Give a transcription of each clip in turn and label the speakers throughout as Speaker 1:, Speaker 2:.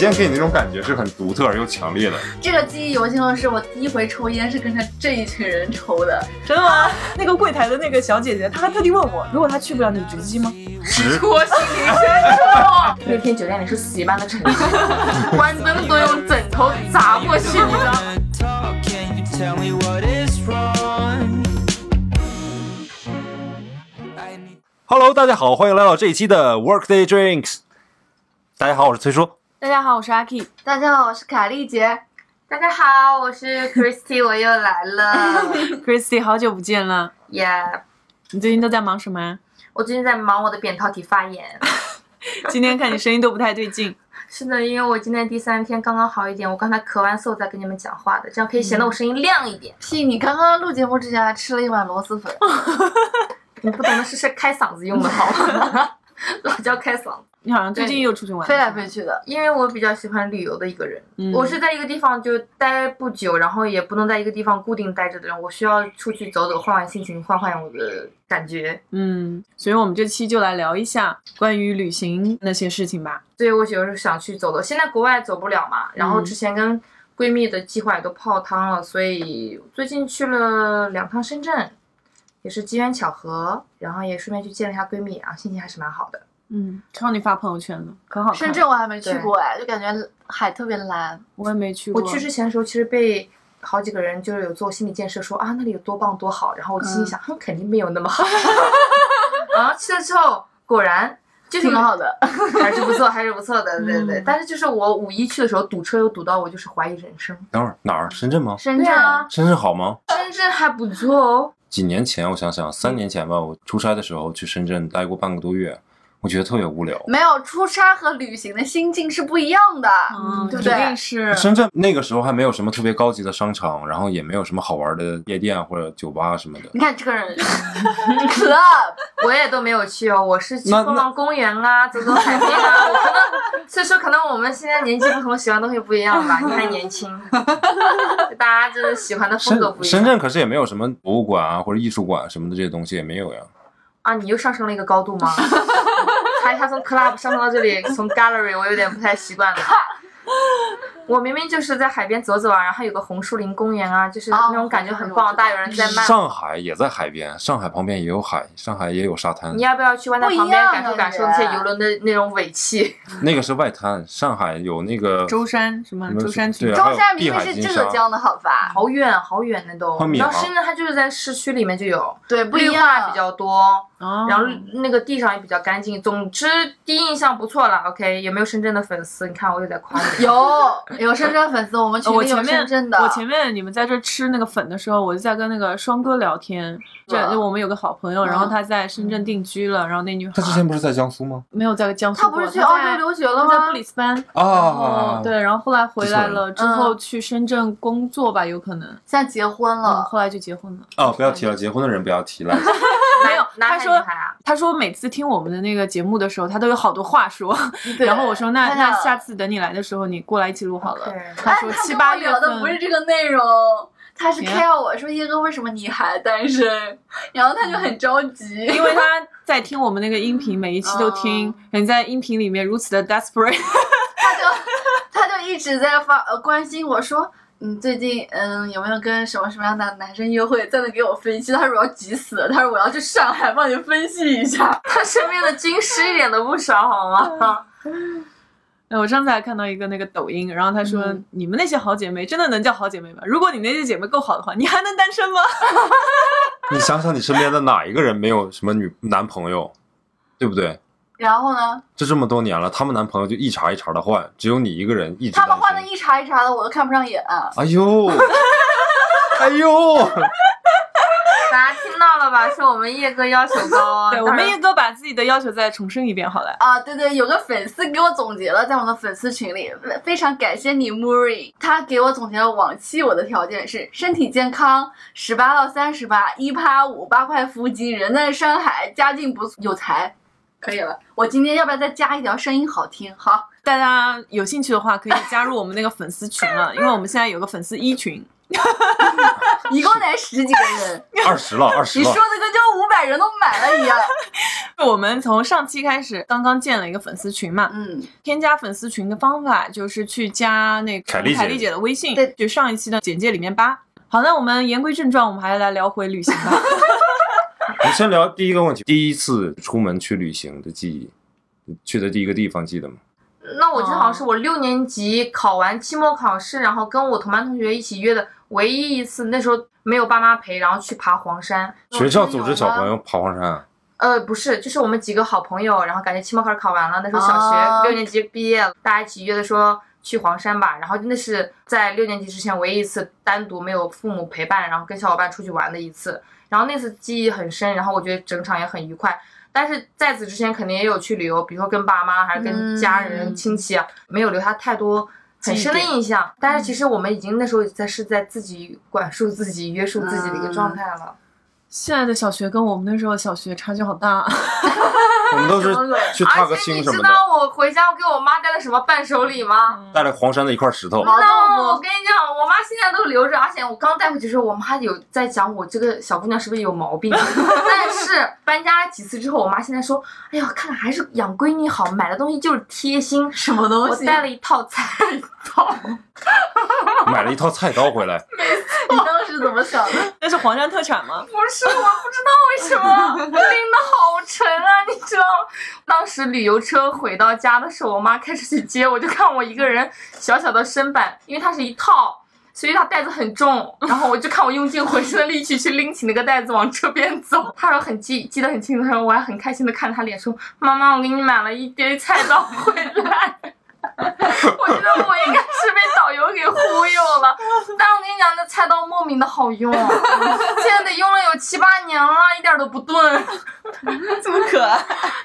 Speaker 1: 烟给你那种感觉是很独特而又强烈的。
Speaker 2: 这个记忆犹新的是，我第一回抽烟是跟着这一群人抽的，
Speaker 3: 真的吗？那个柜台的那个小姐姐，她还特地问我，如果她去不了，你值机吗？
Speaker 1: 值
Speaker 2: 戳心灵深处。
Speaker 4: 那天酒店里是死一般的沉 寂，
Speaker 2: 关灯都用枕头砸过 去，你知道吗？
Speaker 5: talk, can you tell me what is wrong? I need
Speaker 1: Hello，大家好，欢迎来到这一期的 Workday Drinks。大家好，我是崔叔。
Speaker 3: 大家好，我是阿 K。
Speaker 2: 大家好，我是凯丽姐。大家好， 我是 Christy，我又来 了。
Speaker 3: Christy，好久不见了，
Speaker 2: yeah，
Speaker 3: 你最近都在忙什么啊？
Speaker 2: 我最近在忙我的扁桃体发炎。
Speaker 3: 今天看你声音都不太对劲，
Speaker 2: 是的，因为我今天第三天刚刚好一点，我刚才咳完嗽再跟你们讲话的，这样可以显得我声音亮一点。
Speaker 4: 屁！你刚刚录节目之前还吃了一碗螺蛳粉，
Speaker 2: 你不懂的是是开嗓子用的好吗？ 老叫开嗓子。
Speaker 3: 你好像最近
Speaker 4: 对
Speaker 3: 又出去玩了，
Speaker 4: 飞来飞去的。
Speaker 2: 因为我比较喜欢旅游的一个人，
Speaker 3: 嗯
Speaker 2: 我是在一个地方就待不久，然后也不能在一个地方固定待着的人，我需要出去走走，换换心情，换换我的感觉。
Speaker 3: 嗯，所以我们这期就来聊一下关于旅行那些事情吧。
Speaker 2: 所以我就是想去走走。现在国外走不了嘛，然
Speaker 4: 嗯
Speaker 2: 后之前跟闺蜜的计划也都泡汤了，所以最近去了两趟深圳，也是机缘巧合，然后也顺便去见了一下闺蜜，啊，心情还是蛮好的。
Speaker 3: 嗯，超你发朋友圈了，可好看。
Speaker 4: 深圳我还没去过哎，就感觉海特别蓝。
Speaker 3: 我也没去过，
Speaker 2: 我去之前的时候，其实被好几个人就是有做心理建设说，啊那里有多棒多好，然后我
Speaker 4: 嗯
Speaker 2: 心里想，哼、肯定没有那么好。 然后去了之后，果然就
Speaker 4: 挺好的，
Speaker 2: 还是不错，还是不错的，对对。
Speaker 3: 嗯
Speaker 2: 但是就是我五一去的时候，堵车又堵到我就是怀疑人生。
Speaker 1: 等会儿哪儿？深圳吗？
Speaker 4: 深
Speaker 2: 对
Speaker 4: 圳
Speaker 2: 啊，
Speaker 1: 深圳好吗？
Speaker 2: 深圳还不错哦。
Speaker 1: 几年前，我想想，三年前吧，我出差的时候去深圳待过半个多月，我觉得特别无聊。
Speaker 4: 没有出差和旅行的心境是不一样的，
Speaker 3: 嗯，
Speaker 4: 对不
Speaker 3: 肯
Speaker 4: 对
Speaker 3: 定？是
Speaker 1: 深圳那个时候还没有什么特别高级的商场，然后也没有什么好玩的夜店或者酒吧什么的。
Speaker 4: 你看这个 人，club
Speaker 2: 我也都没有去哦，我是去
Speaker 1: 那
Speaker 2: 逛逛公园啦，走走海边啦。我可能，所以说可能我们现在年纪不同，喜欢的东西不一样吧。你还年轻， 大家就是喜欢的风
Speaker 1: 深
Speaker 2: 格不一样。
Speaker 1: 深圳可是也没有什么博物馆啊或者艺术馆什么的这些东西也没有呀。
Speaker 2: 啊，你又上升了一个高度吗？ 他他从 club 上升到这里，从 gallery 我有点不太习惯了。我明明就是在海边走走啊，然后有个红树林公园啊，就是那种感觉很棒，
Speaker 4: 哦
Speaker 2: 大有人在卖。
Speaker 1: 上海也在海边，上海旁边也有海，上海也有沙滩
Speaker 2: 你，要不要去湾仔旁
Speaker 4: 不一
Speaker 2: 边
Speaker 4: 样
Speaker 2: 感受
Speaker 4: 的
Speaker 2: 感受那些
Speaker 4: 人
Speaker 2: 游轮的那种尾气？
Speaker 1: 那个是外滩。上海有那个
Speaker 3: 舟山什么
Speaker 1: 什么
Speaker 3: 舟山群
Speaker 1: 对
Speaker 3: 岛
Speaker 1: 啊，
Speaker 4: 舟山明明
Speaker 1: 还有
Speaker 4: 是
Speaker 1: 碧海金
Speaker 4: 浙
Speaker 1: 沙
Speaker 4: 江的好吧？
Speaker 2: 好远好远的都
Speaker 1: 它，
Speaker 2: 你
Speaker 1: 米
Speaker 2: 知道
Speaker 1: 行
Speaker 2: 深圳它就是在市区里面就有，
Speaker 4: 对，不一
Speaker 2: 绿化
Speaker 4: 样
Speaker 2: 比。较多，
Speaker 3: 哦
Speaker 2: 然后那个地上也比较干净。总之第一印象不错了，OK。有没有深圳的粉丝？你看我又在夸 你。
Speaker 4: 有有深圳粉丝，哦我们
Speaker 3: 呃
Speaker 4: 群
Speaker 3: 我
Speaker 4: 里有
Speaker 3: 前面
Speaker 4: 深圳的。
Speaker 3: 我前面你们在这吃那个粉的时候，我就在跟那个双哥聊天。这
Speaker 4: 嗯
Speaker 3: 就我们有个好朋友，
Speaker 4: 嗯
Speaker 3: 然后他在深圳定居了，然后那女
Speaker 1: 他
Speaker 3: 孩
Speaker 1: 之前不是在江苏吗？
Speaker 3: 没有在江苏
Speaker 4: 他
Speaker 3: 过，
Speaker 4: 不是去澳洲留学了
Speaker 3: 他在他在
Speaker 4: 吗
Speaker 3: 布？里斯班。
Speaker 1: 啊，
Speaker 3: 哦对，然后后来回来了之
Speaker 4: 错
Speaker 3: 后去深圳工作吧，有可能，
Speaker 4: 现在结婚
Speaker 3: 嗯，
Speaker 4: 了，
Speaker 3: 后来就结婚了。
Speaker 1: 哦，不要提了，结婚的人不要提了。
Speaker 3: 没有，
Speaker 2: 男
Speaker 3: 他
Speaker 2: 孩
Speaker 3: 说
Speaker 2: 女孩啊，
Speaker 3: 他说每次听我们的那个节目的时候，他都有好多话说。
Speaker 4: 嗯对
Speaker 3: 嗯然后我说那
Speaker 4: 看到
Speaker 3: 那
Speaker 4: 了
Speaker 3: 下次等你来的时候，你过来一起录好了。
Speaker 2: 对
Speaker 3: 他说
Speaker 4: 哎
Speaker 3: 七八月
Speaker 4: 他跟我
Speaker 3: 份
Speaker 4: 聊的不是这个内容，他是
Speaker 3: 谁
Speaker 4: care 我说叶哥为什么你还单身，然后他就
Speaker 3: 嗯
Speaker 4: 很着急，
Speaker 3: 因为他在听我们那个音频，每一期都听
Speaker 4: 哦，
Speaker 3: 人在音频里面如此的 desperate，
Speaker 4: 他就他就一直在发呃关心我说。嗯，最近嗯有没有跟什么什么样的男生约会？在那给我分析，他说我要急死了，他说我要去上海帮你分析一下。
Speaker 2: 他身边的军师一点都不少，好吗？
Speaker 3: 哎我上次还看到一个那个抖音，然后他说、
Speaker 2: 嗯
Speaker 3: 你们那些好姐妹真的能叫好姐妹吗？如果你那些姐妹够好的话，你还能单身吗？
Speaker 1: 你想想，你身边的哪一个人没有什么女男朋友，对不对？
Speaker 4: 然后呢，
Speaker 1: 这这么多年了，他们男朋友就一茬一茬的换，只有你一个人一直
Speaker 4: 他
Speaker 1: 单
Speaker 4: 们
Speaker 1: 身
Speaker 4: 换的一茬一茬的，我都看不上眼。
Speaker 1: 哎呦，哎呦，
Speaker 2: 大家听到了吧？是我们叶哥要求高 啊。
Speaker 3: 对我
Speaker 2: 当然
Speaker 3: 们叶哥把自己的要求再重申一遍好了。
Speaker 4: 啊，对对，有个粉丝给我总结了，在我的粉丝群里，非非常感谢你，Muri。他给我总结了往期我的条件是身体健康，十八到三十八，一趴五，八块腹肌，人在上海，家境不错，有才，可以了。我今天要不要再加一条声音好听？好，
Speaker 3: 大家有兴趣的话，可以加入我们那个粉丝群了，因为我们现在有个粉丝一群，
Speaker 4: 一共才十几个人，
Speaker 1: 二十了，二十
Speaker 4: 你
Speaker 1: 了
Speaker 4: 说。的跟就五百买人都买了一样。
Speaker 3: 我们从上期开始刚刚建了一个粉丝群嘛，
Speaker 4: 嗯，
Speaker 3: 添加粉丝群的方法就是去加那个
Speaker 1: 凯丽姐
Speaker 3: 姐的微信，
Speaker 4: 对
Speaker 3: 就上一期的简介里面扒。好，那我们言归正传，我们还是来聊回旅行 吧。
Speaker 1: 我们先聊第一个问题，第一次出门去旅行的记忆，你去的第一个地方记得吗？
Speaker 2: 那我记得好像是我六年级考完期末考试，然后跟我同班同学一起约的唯一一次，那时候没有爸妈陪，然后去爬黄山。
Speaker 1: 学校组织小朋友爬黄山 啊，
Speaker 2: 呃，不是，就是我们几个好朋友，然后感觉期末考试考完了，那时候小学、
Speaker 4: 哦
Speaker 2: 六年级毕业了，大家一起约的说去黄山吧。然后那是在六年级之前唯一一次单独没有父母陪伴，然后跟小伙伴出去玩的一次。然后那次记忆很深，然后我觉得整场也很愉快。但是在此之前肯定也有去旅游，比如说跟爸妈还是跟家人、
Speaker 4: 嗯
Speaker 2: 亲戚啊，没有留下太多很深的印象。但是
Speaker 4: 嗯
Speaker 2: 其实我们已经那时候在是在自己管束自己、约束自己的一个
Speaker 4: 嗯
Speaker 2: 状态了。
Speaker 3: 现在的小学跟我们那时候的小学差距好大。啊
Speaker 1: 我们都是去踏个
Speaker 2: 而且
Speaker 1: 青
Speaker 2: 你
Speaker 1: 什
Speaker 2: 知
Speaker 1: 么的，
Speaker 2: 道我回家我给我妈带了什么伴手礼吗？
Speaker 1: 带了黄山的一块石头，
Speaker 4: 嗯
Speaker 2: 哦
Speaker 4: 毛豆
Speaker 2: 我
Speaker 4: 腐，
Speaker 2: 跟你讲，我妈现在都留着，而且我刚带回去的时候，我妈有在讲我这个小姑娘是不是有 毛病。但是搬家了几次之后，我妈现在说，哎呀，看看还是养闺女好，买的东西就是贴心。
Speaker 4: 什么东
Speaker 2: 我
Speaker 4: 西？
Speaker 2: 带了一套 菜刀，
Speaker 1: 买了一套菜刀回来，
Speaker 4: 你当时怎么想的？
Speaker 3: 那是黄山特产 吗？
Speaker 2: 不是，我不知道为什么拎的好沉啊， 你知道吗？当时旅游车回到家的时候，我妈开始去接，我就看我一个人小小的身板，因为它是一套，所以它袋子很重，然后我就看我用尽浑身的力气去拎起那个袋子往车边走。她说很记记得很清楚，她说我还很开心的看着她脸说：“妈妈，我给你买了一堆菜刀回来。” 我觉得我应该是被导游给忽悠了，但我跟你讲，那菜刀莫名的好用，啊现在得用了有七八年了，一点都不钝。
Speaker 3: 这么可爱。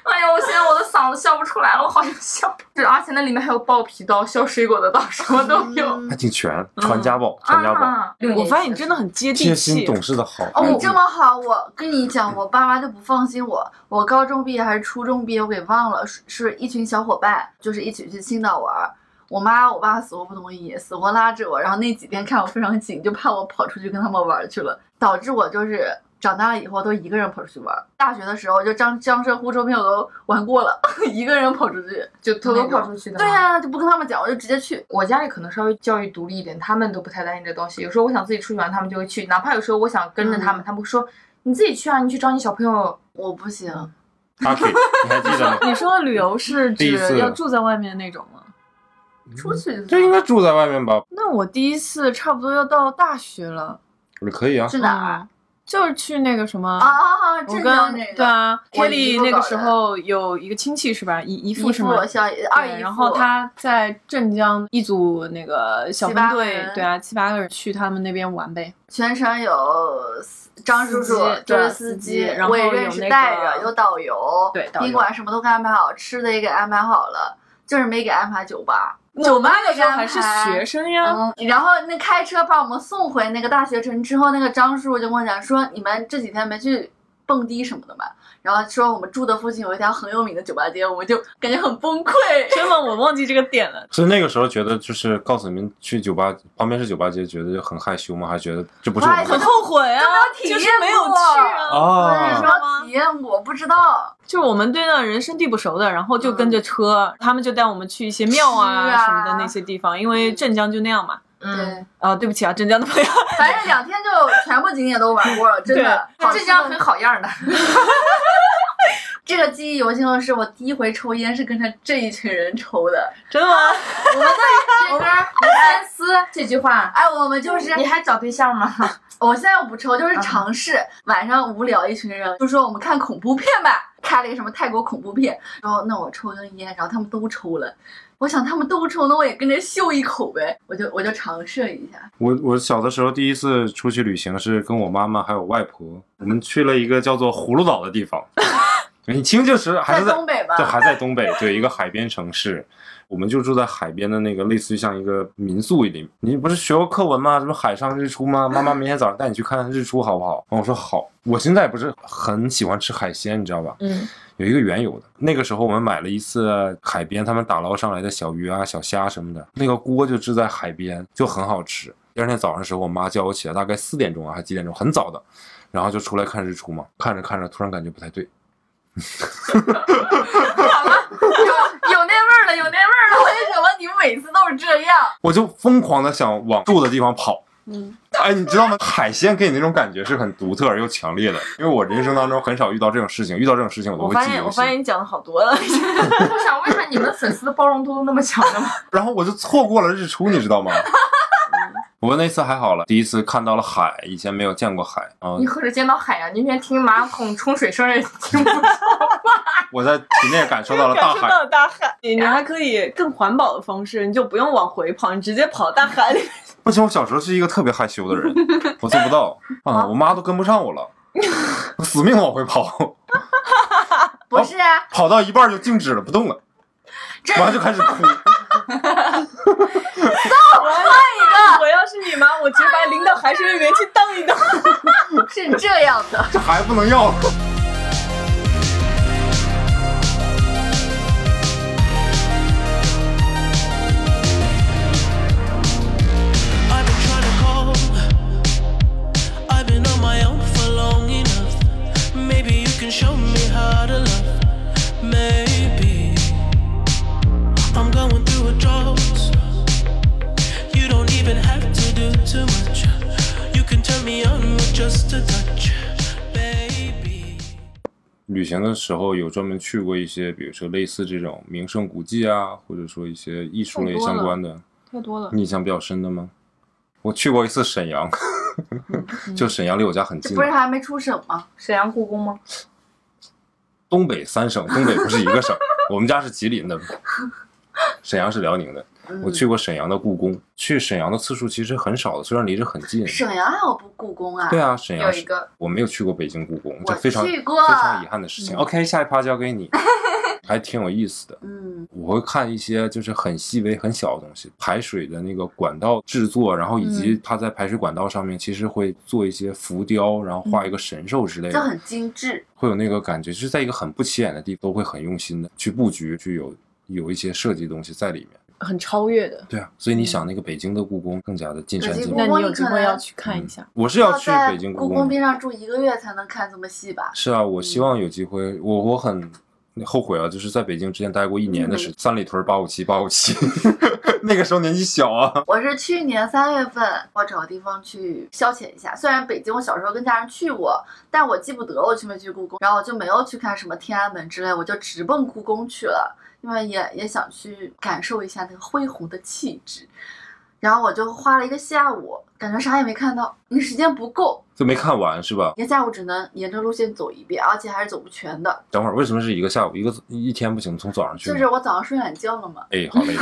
Speaker 2: 哎呀，我现在我的嗓子笑不出来了，我好想笑。是，而且那里面还有剥皮刀、削水果的刀，什么都有。
Speaker 1: 还挺全，传家宝，传家宝，
Speaker 2: 啊，六
Speaker 3: 我
Speaker 2: 年级
Speaker 3: 发现你
Speaker 2: 的
Speaker 3: 真的很接
Speaker 1: 贴
Speaker 3: 地
Speaker 1: 心
Speaker 3: 气。
Speaker 1: 懂事的好
Speaker 4: 哦，
Speaker 1: 孩
Speaker 4: 你
Speaker 1: 子
Speaker 4: 这。么好，我跟你讲，我爸妈就不放心我。我高中毕业还是初中毕业，我给忘了，是是一群小伙伴，就是一起去青岛玩儿。我妈我爸死活不同意，死活拉着我，然后那几天看我非常紧，就怕我跑出去跟他们玩儿去了，导致我就是长大了以后都一个人跑出去玩儿。大学的时候就江江浙沪周边我都玩过了， 一个人跑出去。
Speaker 2: 就偷偷跑出去的。
Speaker 4: 对呀、就不跟他们讲，我就直接去。
Speaker 2: 我家里可能稍微教育独立一点，他们都不太担心这东西。有时候我想自己出去玩，他们就会去；哪怕有时候我想跟着他们，他们会说：“你自己去啊，你去找你小朋友。
Speaker 4: 我不行，
Speaker 1: 阿 K，你还记得吗？
Speaker 3: 你说的旅游是
Speaker 1: 第一
Speaker 3: 指
Speaker 1: 次
Speaker 3: 要住在外面那种吗？
Speaker 4: 出去就
Speaker 1: 这应该住在外面吧？
Speaker 3: 那我第一次差不多要到大学了，
Speaker 1: 我说可以啊，
Speaker 4: 去哪儿？
Speaker 3: 嗯就是去那个什么
Speaker 4: 啊，
Speaker 3: 我
Speaker 4: 镇江
Speaker 3: 跟
Speaker 4: 那个
Speaker 3: 对啊
Speaker 4: 我姨
Speaker 3: ，Kelly
Speaker 4: 夫
Speaker 3: 那个
Speaker 4: 搞
Speaker 3: 时
Speaker 4: 的
Speaker 3: 候有一个亲戚是吧？姨姨
Speaker 4: 姨
Speaker 3: 父是吗？
Speaker 4: 父小二姨
Speaker 3: 对
Speaker 4: 父，
Speaker 3: 然后他在镇江一组那个小
Speaker 4: 七八
Speaker 3: 分
Speaker 4: 个
Speaker 3: 队
Speaker 4: 人，
Speaker 3: 对啊，七八个人去他们那边玩呗。
Speaker 4: 全程有司张叔叔
Speaker 3: 司机，
Speaker 4: 就
Speaker 3: 对
Speaker 4: 是
Speaker 3: 司机
Speaker 4: 机，
Speaker 3: 然后
Speaker 4: 我也认识
Speaker 3: 有那个
Speaker 4: 带着，有导游，
Speaker 3: 对导游
Speaker 4: 宾馆什么都给安排好，吃的也给安排好了，就是没给安排酒吧。
Speaker 3: 我们
Speaker 4: 吧
Speaker 3: 那个时候还
Speaker 4: 给
Speaker 3: 是
Speaker 4: 安排
Speaker 3: 学生呀，
Speaker 4: 嗯，然后那开车把我们送回那个大学城之后，那个张叔叔就跟我讲说，你们这几天没去蹦迪什么的嘛？然后说我们住的附近有一条很有名的酒吧街，我们就感觉很崩溃。
Speaker 3: 真的我忘记这个 点了。
Speaker 1: 是那个时候觉得就是告诉你们去酒吧旁边是酒吧街，觉得很害羞吗？还是觉得这不是我
Speaker 4: 哎
Speaker 1: 们
Speaker 3: 很后悔啊
Speaker 4: 都，没有
Speaker 3: 就
Speaker 4: 体
Speaker 3: 是
Speaker 4: 验
Speaker 3: 没有
Speaker 4: 过哦
Speaker 3: 去啊，
Speaker 4: 对，没
Speaker 1: 啊？
Speaker 4: 有体验过，不知道。
Speaker 3: 就是我们对那人生地不熟的，然后就跟着车，他们就带我们去一些庙啊
Speaker 4: 嗯是啊
Speaker 3: 什么的那些地方，因为镇江就那样嘛。”
Speaker 2: 嗯，
Speaker 4: 对，
Speaker 3: 啊，对不起啊，镇江的 朋友，
Speaker 4: 反正两天就全部景点都玩过了，真的。好
Speaker 2: 这家很好样的。
Speaker 4: 这个记忆犹新的是，我第一回抽烟是跟着这一群人抽的。
Speaker 3: 真的吗？
Speaker 2: 我们在一歌三思这句话，
Speaker 4: 哎，我们就是，
Speaker 2: 你还找对象吗？
Speaker 4: 我现在不抽，就是尝试。晚上无聊，一群人就说我们看恐怖片吧，开了一个什么泰国恐怖片，然后那我抽根烟，然后他们都抽了。我想他们都抽，那我也跟着嗅一口呗，我就我就尝试一下。
Speaker 1: 我我小的时候第一次出去旅行是跟我妈妈还有外婆，我们去了一个叫做葫芦岛的地方。你听 就是还是在
Speaker 4: 东北吧
Speaker 1: 对，还在东北，对一个海边城市。我们就住在海边的那个类似于像一个民宿里。你不是学过课文吗？什么海上日出吗？妈妈明天早上带你去看日出好不好？ 然后我说好。我现在不是很喜欢吃海鲜，你知道吧？
Speaker 3: 嗯，
Speaker 1: 有一个缘由的。那个时候我们买了一次海边他们打捞上来的小鱼啊、小虾什么的，那个锅就支在海边，就很好吃。第二天早上的时候，我妈叫我起来，大概四点钟啊，还几点钟，很早的。然后就出来看日出嘛，看着看着突然感觉不太对，
Speaker 2: 有有那味儿了，有那味儿了。
Speaker 4: 为什么你每次都是这样？
Speaker 1: 我就疯狂的想往住的地方跑。
Speaker 3: 嗯，
Speaker 1: 哎，你知道吗？海鲜给你那种感觉是很独特而又强烈的，因为我人生当中很少遇到这种事情，遇到这种事情我都
Speaker 3: 我
Speaker 1: 会
Speaker 3: 发
Speaker 1: 记忆
Speaker 3: 现
Speaker 1: 犹
Speaker 3: 我发
Speaker 1: 新。
Speaker 3: 现你讲的好多了，
Speaker 2: 我想问一下，你们粉丝的包容度都那么强 的吗？
Speaker 1: 然后我就错过了日出，你知 道吗？不过那次还好了，第一次看到了海，以前没有见过海啊、
Speaker 2: 你何止见到海洋，你连听马桶冲水声也听不到。
Speaker 1: 我在体内感受到了大
Speaker 3: 感受
Speaker 1: 海。
Speaker 3: 到了大海。你你还可以更环保的方式，你就不用往回跑，你直接跑大海里。
Speaker 1: 不行，我小时候是一个特别害羞的人，我做不到啊，我妈都跟不上我了，我死命往回跑，哦
Speaker 4: 不是啊，
Speaker 1: 跑到一半就静止了，不动了，
Speaker 4: 这
Speaker 1: 完了就开始哭。
Speaker 3: 我要是你妈，我直接把你拎到海水里面去荡一荡。
Speaker 4: 是这样的。
Speaker 1: 这孩子不能要了。
Speaker 5: I've been trying to call. I've been on my own for long enough. Maybe you can show me how to love. Maybe I'm going through a drought. You don't even have to do too much. You can turn me on with just a touch, baby.
Speaker 1: 旅行的时候有专门去过一些，比如说类似这种名胜古迹啊，或者说一些艺术类相关的，
Speaker 3: 太多了，
Speaker 1: 你印象比较深的吗？我去过一次沈阳， 就沈阳离我家很近
Speaker 4: 嗯不，是还没出省吗？
Speaker 2: 沈阳故宫吗？
Speaker 1: 东北三省，东北不是一个省， 我们家是吉林的，沈阳是辽宁的。
Speaker 4: 嗯
Speaker 1: 我去过沈阳的故宫，去沈阳的次数其实很少的，虽然离着很近。
Speaker 4: 沈阳还有不故宫啊？
Speaker 1: 对啊，沈阳
Speaker 2: 有
Speaker 1: 是
Speaker 2: 一个
Speaker 1: 我没有去过北京故宫，这
Speaker 4: 我
Speaker 1: 非常
Speaker 4: 去过
Speaker 1: 非常遗憾的事情。OK，下一趴交给 你，还挺有意思的。
Speaker 4: 嗯，
Speaker 1: 我会看一些就是很细微、很小的东西，排水的那个管道制作，然后以
Speaker 4: 嗯
Speaker 1: 及它在排水管道上面其实会做一些浮雕，然后画一个神兽之类
Speaker 4: 嗯就
Speaker 1: 的，
Speaker 4: 很精致。
Speaker 1: 会有那个感觉，就是在一个很不起眼的地方都会很用心的去布局，去有有一些设计的东西在里面。
Speaker 3: 很超越的。
Speaker 1: 对啊，所以你想那个北京的故宫更加的尽善
Speaker 4: 嗯北京
Speaker 1: 尽
Speaker 4: 故
Speaker 1: 美嗯
Speaker 3: 那
Speaker 4: 宫。
Speaker 3: 你有机会要去看一下。
Speaker 1: 我是要去北京
Speaker 4: 故
Speaker 1: 故宫的，
Speaker 4: 边嗯上住一个月才能看这么细吧？
Speaker 1: 是啊，我希望有机会，我我很后悔啊，就是在北京之前待过一
Speaker 4: 嗯
Speaker 1: 年的时，三里屯八五七八五七， 那个时候年纪小啊，
Speaker 4: 我是去年三月份，我找个地方去消遣一下。虽然北京我小时候跟家人去过，但我记不得我去没去故宫，然后我就没有去看什么天安门之类，我就直奔故宫去了，因为也也想去感受一下那个恢宏的气质。然后我就花了一个下午，感觉啥也没看到，因为时间不够，
Speaker 1: 就没看完是吧？
Speaker 4: 一个下午只能沿着路线走一遍，而且还是走不全的。
Speaker 1: 等会儿为什么是一个下午，一个一天不行，从早上去
Speaker 4: 就
Speaker 1: 吗？
Speaker 4: 是我早上睡懒觉了嘛，
Speaker 1: 哎，好嘞，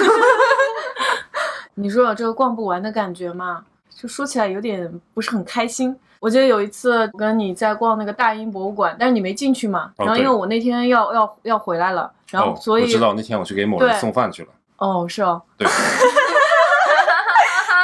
Speaker 3: 你说有这个逛不完的感觉嘛？就说起来有点不是很开心。我记得有一次我跟你在逛那个大英博物馆，但是你没进去嘛。
Speaker 1: 哦
Speaker 3: 然后因为
Speaker 1: 对
Speaker 3: 我那天要要要回来了， 然后
Speaker 1: 哦
Speaker 3: 所
Speaker 1: 我
Speaker 3: 以
Speaker 1: 知道那天我去给某人
Speaker 3: 对
Speaker 1: 送饭去了，
Speaker 3: 哦是哦，
Speaker 1: 对，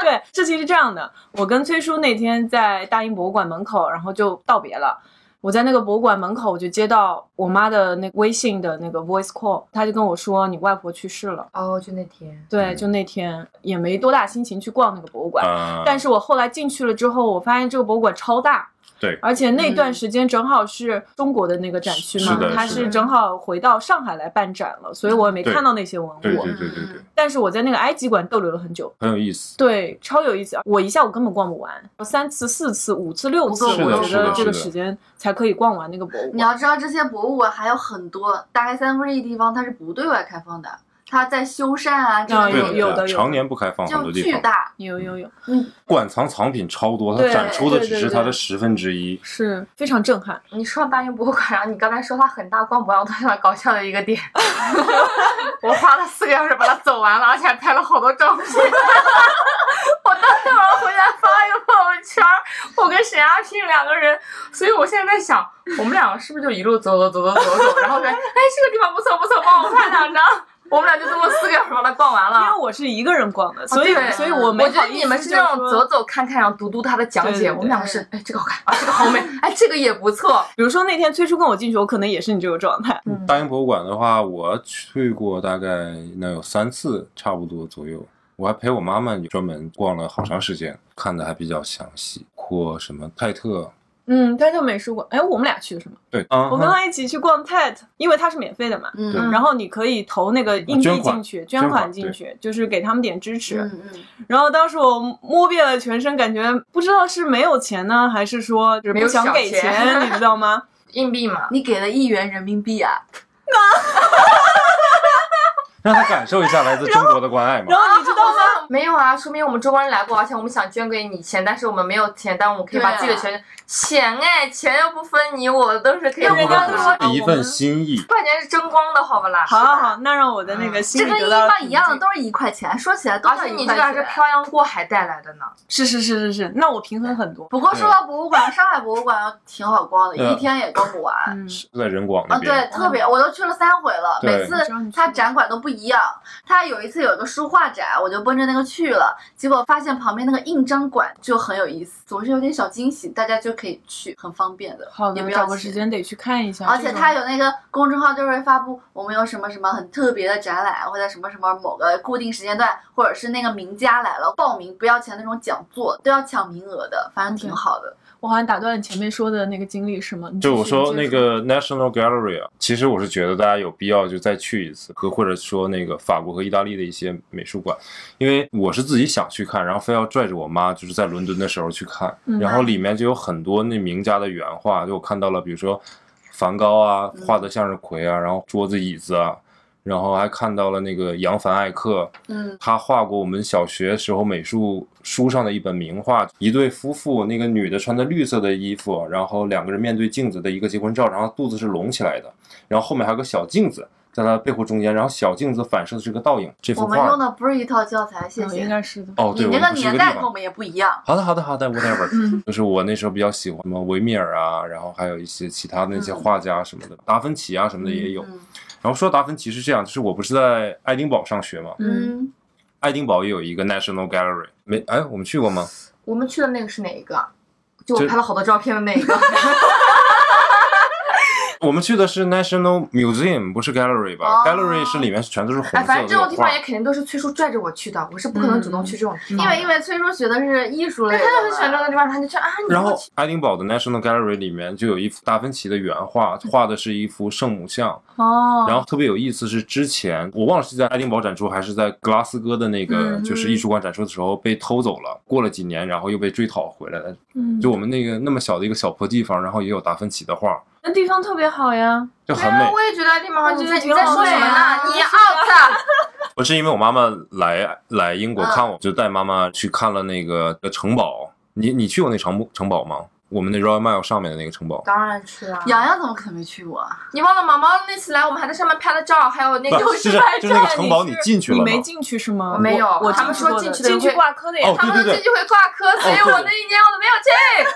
Speaker 3: 对，事情是这样的，我跟崔叔那天在大英博物馆门口，然后就道别了。我在那个博物馆门口，我就接到我妈的那微信的那个 voice call，她就跟我说你外婆去世了。
Speaker 2: 哦，就那天。
Speaker 3: 对，
Speaker 1: 嗯
Speaker 3: 就那天也没多大心情去逛那个博物馆，
Speaker 1: 啊，
Speaker 3: 但是我后来进去了之后，我发现这个博物馆超大，
Speaker 1: 对
Speaker 3: 而且那段时间正好是中国的那个展区嘛
Speaker 1: 是的，
Speaker 3: 它
Speaker 1: 是
Speaker 3: 是
Speaker 2: 的
Speaker 3: 正好回到上海来办展了，所以我也没嗯
Speaker 1: 对
Speaker 3: 看到那些文
Speaker 1: 对
Speaker 3: 物
Speaker 1: 对。对对对，
Speaker 3: 但是我在那个埃及馆逗留了很久，
Speaker 1: 很有意思。
Speaker 3: 对，超有意思。啊我一下午根本逛不完，三次、四次、五次、六次，
Speaker 4: 是的
Speaker 3: 我
Speaker 1: 是
Speaker 3: 觉
Speaker 1: 的
Speaker 3: 得这个
Speaker 1: 是的
Speaker 3: 时间才可以逛完那个博物
Speaker 4: 你
Speaker 3: 馆。
Speaker 4: 要知道，这些博物馆还有很多，大概三分之一地方它是不对外开放的，它在修缮啊，这
Speaker 3: 啊
Speaker 4: 个
Speaker 1: 对
Speaker 4: 那
Speaker 1: 的，
Speaker 3: 有
Speaker 4: 个
Speaker 3: 有的
Speaker 1: 对
Speaker 3: 有的
Speaker 1: 常年不开放，很
Speaker 4: 就
Speaker 1: 多地
Speaker 4: 巨
Speaker 1: 方
Speaker 4: 大。
Speaker 3: 有有有，
Speaker 1: 馆藏藏品超多，它
Speaker 3: 对
Speaker 1: 展出的
Speaker 3: 对
Speaker 1: 只
Speaker 3: 对
Speaker 1: 是
Speaker 3: 对
Speaker 1: 它的十分之一。
Speaker 3: 是非常震撼。
Speaker 2: 你说到大英博物馆，然后你刚才说它很大，逛不完，我突然想到搞笑的一 个点，我花了四个小时把它走完了，而且还拍了好多照片。 我当天晚上回家发一个朋友圈，我跟沈亚平两个人，所以我现在在想，我们两个是不是就一路走走走走走走，然后说，哎，这个地方不错不错，帮我拍两张。我们俩就这么四个小时把它逛完
Speaker 3: 因为
Speaker 2: 了。哦
Speaker 3: 我是一个人逛的，所以
Speaker 2: 啊对
Speaker 3: 所以我没
Speaker 2: 我觉
Speaker 3: 好
Speaker 2: 得
Speaker 3: 意思
Speaker 2: 你们是那种
Speaker 3: 就是
Speaker 2: 走
Speaker 3: 说
Speaker 2: 走看看，然后读读他的讲解。
Speaker 3: 对对对
Speaker 2: 我们两个是，哎，这个好看，啊，这个好美，哎，这个也不错。
Speaker 3: 比如说那天崔叔跟我进去，我可能也是你这个状态。
Speaker 2: 嗯
Speaker 1: 大英博物馆的话，我去过大概能有三次，差不多左右。我还陪我妈妈专门逛了好长时间，看的还比较详细，或什么泰特、
Speaker 3: 嗯，但是美术馆，哎，我们俩去的是吗？
Speaker 1: 对，嗯，
Speaker 3: 我跟他一起去逛 TED，因为它是免费的嘛。
Speaker 4: 嗯
Speaker 1: 对
Speaker 4: 嗯
Speaker 3: 然后你可以投那个硬
Speaker 1: 捐
Speaker 3: 币
Speaker 1: 款
Speaker 3: 进去，
Speaker 1: 捐
Speaker 3: 捐款
Speaker 1: 款
Speaker 3: 进
Speaker 1: 对
Speaker 3: 去，就是给他们点支持。
Speaker 4: 嗯
Speaker 3: 然后当时我摸遍了全身，感觉不知道是没有钱呢，还是说就是
Speaker 2: 没
Speaker 3: 不
Speaker 2: 有
Speaker 3: 想
Speaker 2: 小
Speaker 3: 给
Speaker 2: 钱
Speaker 3: 钱，你知道吗？
Speaker 2: 硬币嘛，
Speaker 4: 你给了一元人民币啊？
Speaker 1: 让他感受一下来自中国的关爱嘛。
Speaker 3: 然后你知道吗？
Speaker 2: 没有啊，说明我们中国人来过，而且我们想捐给你钱，但是我们没有钱，但我们可以把
Speaker 4: 对啊
Speaker 2: 自己的钱，钱哎，钱又不分你我，都
Speaker 1: 哎
Speaker 2: 是可以
Speaker 1: 啊
Speaker 3: 对
Speaker 2: 互
Speaker 3: 人
Speaker 2: 换
Speaker 3: 家
Speaker 2: 的。
Speaker 3: 都说
Speaker 1: 是一份心意，
Speaker 2: 不然人家是争光的，好不啦？
Speaker 3: 好好
Speaker 2: 是吧嗯
Speaker 3: 好，那让我的那个心
Speaker 4: 这跟
Speaker 3: 里得
Speaker 4: 一
Speaker 3: 到了
Speaker 4: 般一样
Speaker 3: 平
Speaker 4: 的，
Speaker 3: 静啊
Speaker 4: 都是一块钱。说起来都
Speaker 2: 而
Speaker 4: 是
Speaker 2: 且
Speaker 4: 一
Speaker 2: 你
Speaker 4: 块
Speaker 2: 这个还是
Speaker 4: 钱。
Speaker 2: 漂洋过海带来的呢。
Speaker 3: 是是是是是，那我平衡很多。
Speaker 4: 不过说到博物馆，上海博物馆挺好逛的，
Speaker 1: 对
Speaker 4: 一天也逛不完。
Speaker 3: 嗯，
Speaker 1: 是在人广那
Speaker 4: 啊，
Speaker 1: 边。
Speaker 4: 对，特别，我都去了三回了，
Speaker 1: 对
Speaker 4: 每次它展馆都不一样。它有一次有一个书画展，我就奔着那个去了，结果发现旁边那个印章馆就很有意思，总是有点小惊喜，大家就可以去，很方便的，
Speaker 3: 好
Speaker 4: 也
Speaker 3: 的，
Speaker 4: 不
Speaker 3: 找
Speaker 4: 要
Speaker 3: 个
Speaker 4: 钱
Speaker 3: 时。间得去看一下。
Speaker 4: 而且它
Speaker 3: 有
Speaker 4: 有那个公众号就会发布我们有什么什么很特别的展览，或者什么什么某个固定时间段，或者是那个名家来了报名不要钱那种讲座，都要抢名额的，反正挺好的。
Speaker 3: 我好像打断你前面说的那个经历是吗？你
Speaker 1: 就
Speaker 3: 继
Speaker 1: 我
Speaker 3: 续
Speaker 1: 说
Speaker 3: 接
Speaker 1: 那
Speaker 3: 着
Speaker 1: 个 National Gallery 啊，其实我是觉得大家有必要就再去一次，和或者说那个法国和意大利的一些美术馆，因为我是自己想去看，然后非要拽着我妈就是在伦敦的时候去看，
Speaker 3: 嗯
Speaker 1: 然后里面就有很多那名家的原画，就我看到了，比如说梵高啊
Speaker 4: 嗯
Speaker 1: 画的向日葵啊，然后桌子椅子啊。然后还看到了那个扬凡艾克，
Speaker 4: 嗯
Speaker 1: 他画过我们小学时候美术书上的一本名画，一对夫妇，那个女的穿的绿色的衣服，然后两个人面对镜子的一个结婚照，然后肚子是隆起来的，然后后面还有个小镜子在她背后中间，然后小镜子反射的是个倒影。这幅
Speaker 4: 我们用
Speaker 1: 画
Speaker 4: 的不是一套教材，谢
Speaker 3: 嗯
Speaker 4: 谢。
Speaker 3: 应该 是的。
Speaker 1: 哦，
Speaker 4: 你
Speaker 1: 对，我
Speaker 4: 那
Speaker 1: 们
Speaker 4: 个
Speaker 1: 不是一
Speaker 4: 年
Speaker 1: 个
Speaker 4: 代
Speaker 1: 地
Speaker 4: 跟我
Speaker 1: 方。
Speaker 4: 们也不一样。
Speaker 1: 好的，好的，好的
Speaker 3: 嗯
Speaker 1: ，whatever，就是 我那时候比较喜欢什么维米尔啊，然后还有一些其他的那些画家什么的，达芬奇啊什么的也有。
Speaker 4: 嗯
Speaker 1: 然后说达芬奇是这样，就是我不是在爱丁堡上学嘛，
Speaker 3: 嗯，
Speaker 4: 嗯，
Speaker 1: 爱丁堡也有一个 National Gallery，没哎，我们去过吗？
Speaker 2: 我们去的那个是哪一个？就我
Speaker 1: 就
Speaker 2: 拍了好多照片的那一个。
Speaker 1: 我们去的是 National Museum，不是 Gallery 吧、
Speaker 4: 哦
Speaker 1: g a l l e r y 是里面全都是红色
Speaker 2: 哎，
Speaker 1: 的
Speaker 2: 反正这种地方
Speaker 1: 画
Speaker 2: 也肯定都是崔叔拽着我去的，我是不可能主动去这种地方
Speaker 1: 嗯
Speaker 4: 因
Speaker 2: 的。
Speaker 4: 为因为崔叔学的是艺术类的嘛，
Speaker 2: 哎他就很喜欢这种地方，他就说啊，你
Speaker 1: 然
Speaker 2: 要
Speaker 1: 后
Speaker 2: 去
Speaker 1: 爱丁堡的 National Gallery 里面就有一幅达芬奇的原画，
Speaker 2: 嗯
Speaker 1: 画的是一幅圣母像。
Speaker 3: 哦，
Speaker 1: 然后特别有意思是，之前我忘了是在爱丁堡展出还是在格拉斯哥的那个
Speaker 3: 嗯
Speaker 1: 就是艺术馆展出的时候被偷走了，过了几年然后又被追讨回来了。
Speaker 3: 嗯
Speaker 1: 就我们那个那么小的一个小破地方，然后也有达芬奇的画，
Speaker 3: 那地方特别好呀，
Speaker 1: 就很
Speaker 2: 对
Speaker 1: 美
Speaker 2: 啊，。我也觉得地方好，你在
Speaker 3: 我觉得
Speaker 2: 你
Speaker 3: 挺
Speaker 2: 在
Speaker 3: 好
Speaker 2: 说
Speaker 3: 的
Speaker 2: 什么
Speaker 4: 呀
Speaker 2: 呢？你 out！
Speaker 1: 不是因为我妈妈来来英国
Speaker 4: 嗯
Speaker 1: 看我，就带妈妈去看了那个城堡。你你去过那城城堡吗？我们那 Royal Mile 上面的那个城堡。
Speaker 2: 当然去了。
Speaker 4: 洋洋怎么可能没去过啊？
Speaker 2: 你忘了毛毛那次来，我们还在上面拍了照，还有那
Speaker 1: 不
Speaker 2: 个
Speaker 1: 是，就是就是那个城堡，你进去了
Speaker 3: 你
Speaker 1: 吗？
Speaker 3: 没进去是吗？
Speaker 2: 我没有
Speaker 3: 我
Speaker 2: 他们
Speaker 3: 进去
Speaker 2: 说
Speaker 3: 过
Speaker 2: 进
Speaker 3: 的
Speaker 2: 去的
Speaker 3: 进去
Speaker 2: 会
Speaker 3: 挂科的
Speaker 1: 哦
Speaker 3: 呀。
Speaker 2: 他们
Speaker 1: 对对
Speaker 2: 说
Speaker 1: 对
Speaker 2: 进去会挂科，所以
Speaker 1: 哦对对
Speaker 2: 我那一年我都没有去。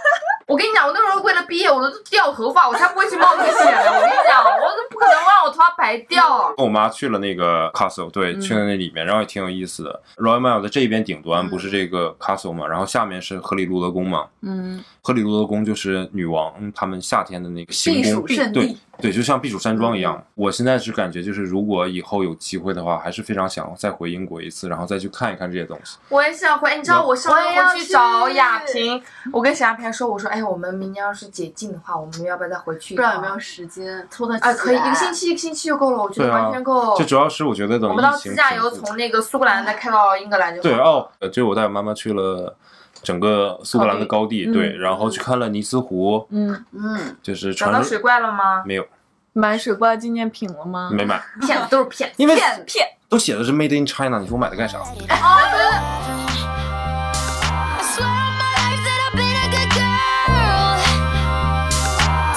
Speaker 2: 我跟你讲，我那时候为了毕业，我都掉头发，我才不会去冒那个险呢。我跟你讲，我都不可能让我头发白 掉。
Speaker 1: 跟我妈去了那个 castle，对，
Speaker 3: 嗯
Speaker 1: 去了那里面，然后也挺有意思的。Royal Mile 的这边顶端不是这个 castle 嘛，然后下面是荷里路德宫嘛。
Speaker 3: 嗯，
Speaker 1: 荷里路德宫就是女王他们夏天的那个行
Speaker 4: 避暑
Speaker 1: 宫，
Speaker 4: 胜
Speaker 1: 对
Speaker 4: 地，
Speaker 1: 对，就像避暑山庄一样。
Speaker 2: 嗯
Speaker 1: 我现在是感觉，就是如果以后有机会的话，还是非常想再回英国一次，然后再去看一看这些东西。
Speaker 2: 我也想回，你知道我上
Speaker 4: 我也要
Speaker 2: 回回去找
Speaker 4: 去
Speaker 2: 亚萍，我跟沈亚萍说，我说，哎，我们明年要是解禁的话，我们要不要再回去一
Speaker 4: 不知
Speaker 2: 趟？
Speaker 4: 道有没有时间凑得起
Speaker 2: 哎，可以一
Speaker 4: 来
Speaker 2: 个星期一个星期就够了，我觉得
Speaker 1: 对啊
Speaker 2: 完全够。
Speaker 1: 这主要是我觉得等
Speaker 2: 哦我们到
Speaker 1: 疫情
Speaker 2: 自驾
Speaker 1: 平
Speaker 2: 游
Speaker 1: 复
Speaker 2: 从那个苏格兰再开到英格兰就好
Speaker 1: 对哦，呃就我带我妈妈去了整个苏格兰的高地，
Speaker 3: 高地
Speaker 1: 对，
Speaker 3: 嗯
Speaker 1: 然后去看了尼斯湖，
Speaker 3: 嗯，
Speaker 4: 嗯，
Speaker 1: 就是
Speaker 2: 找
Speaker 1: 传
Speaker 2: 到
Speaker 1: 说
Speaker 2: 水怪了吗？
Speaker 1: 没有
Speaker 3: 买水怪纪念品了吗？
Speaker 1: 没买，
Speaker 2: 骗子都是骗子。
Speaker 1: 因为
Speaker 4: 骗骗
Speaker 1: 都写的是 Made in China，你说我买它干啥？
Speaker 6: I swear on my life that I've been a good girl.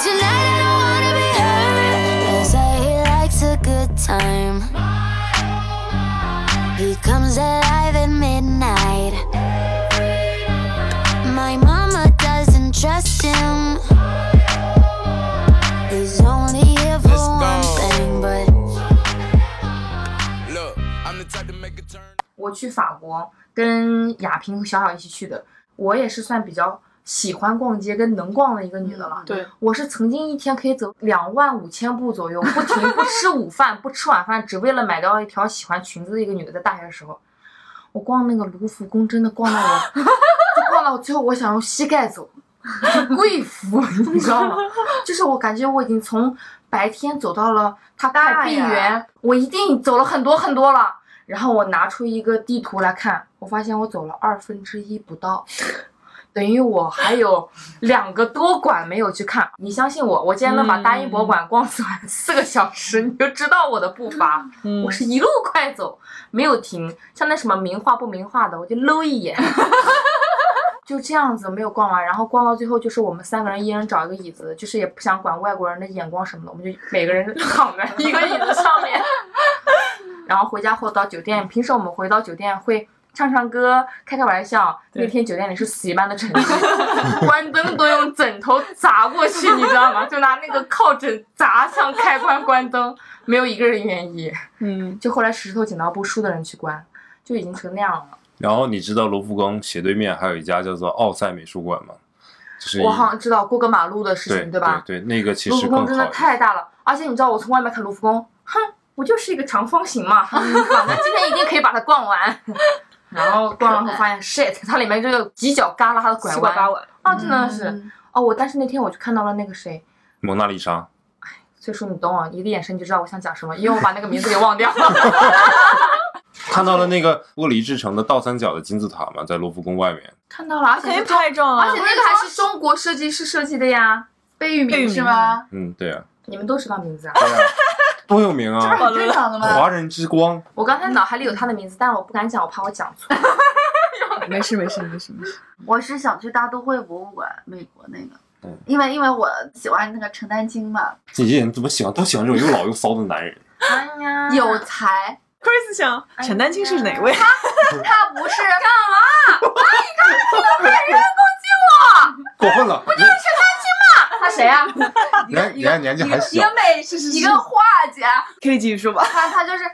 Speaker 6: Tonight I don't wanna be hurt. Cause I he likes a good time. He comes alive at midnight. My mama doesn't trust him. He's only here for
Speaker 5: Let's
Speaker 6: one
Speaker 5: go.
Speaker 6: thing, but.
Speaker 5: Look, I'm the type to make a turn.
Speaker 2: 我去法国跟亚萍和小小一起去的，我也是算比较喜欢逛街跟能逛的一个女的了。
Speaker 4: 嗯
Speaker 3: 对，
Speaker 2: 我是曾经一天可以走两万五千步左右，不停不吃午饭，不吃晚饭，只为了买到一条喜欢裙子的一个女的，在大学的时候，我逛那个卢浮宫，真的逛到我，就逛到最后，我想用膝盖走，贵妇， 你知道吗？就是我感觉我已经从白天走到了它快闭
Speaker 4: 大
Speaker 2: 园
Speaker 4: 呀，
Speaker 2: 我一定走了很多很多了。然后我拿出一个地图来看，我发现我走了二分之一不到，等于我还有两个多馆没有去看。你相信我，我今天能把大英博物馆逛完四个小时，你就知道我的步伐。
Speaker 3: 嗯
Speaker 2: 我是一路快走，没有停，像那什么名画不名画的，我就搂一眼， 就这样子没有逛完，然后逛到最后就是我们三个人一人找一个椅子，就是也不想管外国人的眼光什么的，我们就每个人躺在 一个椅子上面， 然后回家或到酒店，平时我们回到酒店会。唱唱歌，开开玩笑。那
Speaker 3: 对
Speaker 2: 天酒店里是死一般的沉寂， 关灯都用枕头砸过去，你知道吗？就拿那个靠枕砸向开关关灯，没有一个人愿意。
Speaker 3: 嗯，
Speaker 2: 就后来石头剪刀布输的人去关，就已经成那样了。
Speaker 1: 然后你知道罗浮宫斜对面还有一家叫做奥赛美术馆吗？就是
Speaker 2: 我好像知道过个马路的事
Speaker 1: 对
Speaker 2: 情，
Speaker 1: 对
Speaker 2: 吧？
Speaker 1: 对，那个其
Speaker 2: 卢
Speaker 1: 实
Speaker 2: 浮
Speaker 1: 更
Speaker 2: 宫真的
Speaker 1: 好。
Speaker 2: 太大了，而且你知道我从外面看卢浮宫，哼，不就是一个长方形嘛，反正今天一定可以把它逛完。 然后逛完后发现 shit，它里面就有犄角旮旯的拐
Speaker 3: 七拐八嗯
Speaker 2: 弯，
Speaker 3: 拐，
Speaker 2: 啊，真的是、哦，我但是那天我就看到了那个谁，
Speaker 1: 蒙娜丽莎，
Speaker 2: 所以说你懂我，一个眼神你就知道我想讲什么，因为我把那个名字给忘掉了。
Speaker 1: 看到了那个玻璃制成的倒三角的金字塔嘛，在罗浮宫外面。
Speaker 2: 看到了，而且
Speaker 3: 可以
Speaker 2: 是中
Speaker 3: 拍照啊
Speaker 2: 而且。那个还是中国设计师设计的呀，
Speaker 4: 贝聿
Speaker 3: 贝聿
Speaker 4: 铭
Speaker 3: 铭
Speaker 4: 是吗？
Speaker 1: 嗯，对啊，
Speaker 2: 你们都知道名字啊？
Speaker 1: 对啊，多有名
Speaker 4: 这不是
Speaker 1: 啊！
Speaker 4: 很正常的吗？
Speaker 1: 华人之光，
Speaker 2: 我刚才脑海里有他的名字，但是我不敢讲，我怕我讲错。
Speaker 3: 哦没事没事没事没事。
Speaker 4: 我是想去大都会博物馆，美国那个
Speaker 1: 嗯，
Speaker 4: 因为因为我喜欢那个陈丹青嘛，
Speaker 1: 这些人怎么喜欢都喜欢这种又老又骚的男人？
Speaker 2: 哎呀
Speaker 4: 有才，
Speaker 3: Chris 想，陈丹青是哪位？
Speaker 4: 他不是
Speaker 1: 过分了！
Speaker 2: 他谁 啊？
Speaker 4: 一个
Speaker 1: 人
Speaker 4: 一
Speaker 1: 人家
Speaker 4: 个
Speaker 1: 年纪
Speaker 4: 一
Speaker 1: 还
Speaker 4: 个一
Speaker 1: 小
Speaker 4: 个，美食，一个画家，
Speaker 3: 可以继续说吧。
Speaker 4: 他他就是。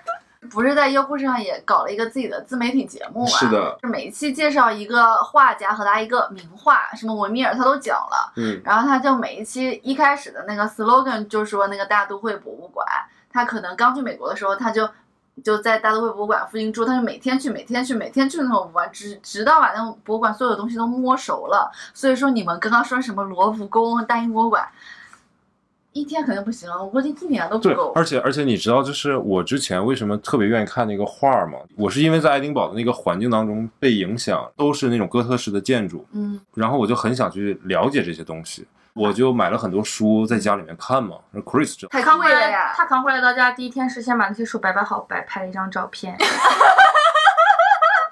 Speaker 4: 不是在优酷上也搞了一个自己的自媒体节目嘛？
Speaker 1: 是的，
Speaker 4: 每一期介绍一个画家和他一个名画，什么文米尔他都讲了。
Speaker 1: 嗯，
Speaker 4: 然后他就每一期一开始的那个 slogan 就说那个大都会博物馆，他可能刚去美国的时候，他就就在大都会博物馆附近住，他就每天去，每天去，每天去那个博物馆，直直到把那个博物馆所有的东西都摸熟了。所以说你们刚刚说什么罗浮宫、大英博物馆，一天肯定不行，我估计一年都不
Speaker 1: 对
Speaker 4: 够，。
Speaker 1: 而且而且你知道，就是我之前为什么特别愿意看那个画儿吗？我是因为在爱丁堡的那个环境当中被影响，都是那种哥特式的建筑，
Speaker 4: 嗯，
Speaker 1: 然后我就很想去了解这些东西，我就买了很多书在家里面看嘛。然后 Chris 这
Speaker 4: 太
Speaker 2: 扛
Speaker 4: 贵
Speaker 2: 回
Speaker 4: 了
Speaker 2: 来，
Speaker 4: 呀！
Speaker 2: 他扛回来到家第一天是先把那些书摆摆好，摆拍了一张照 片。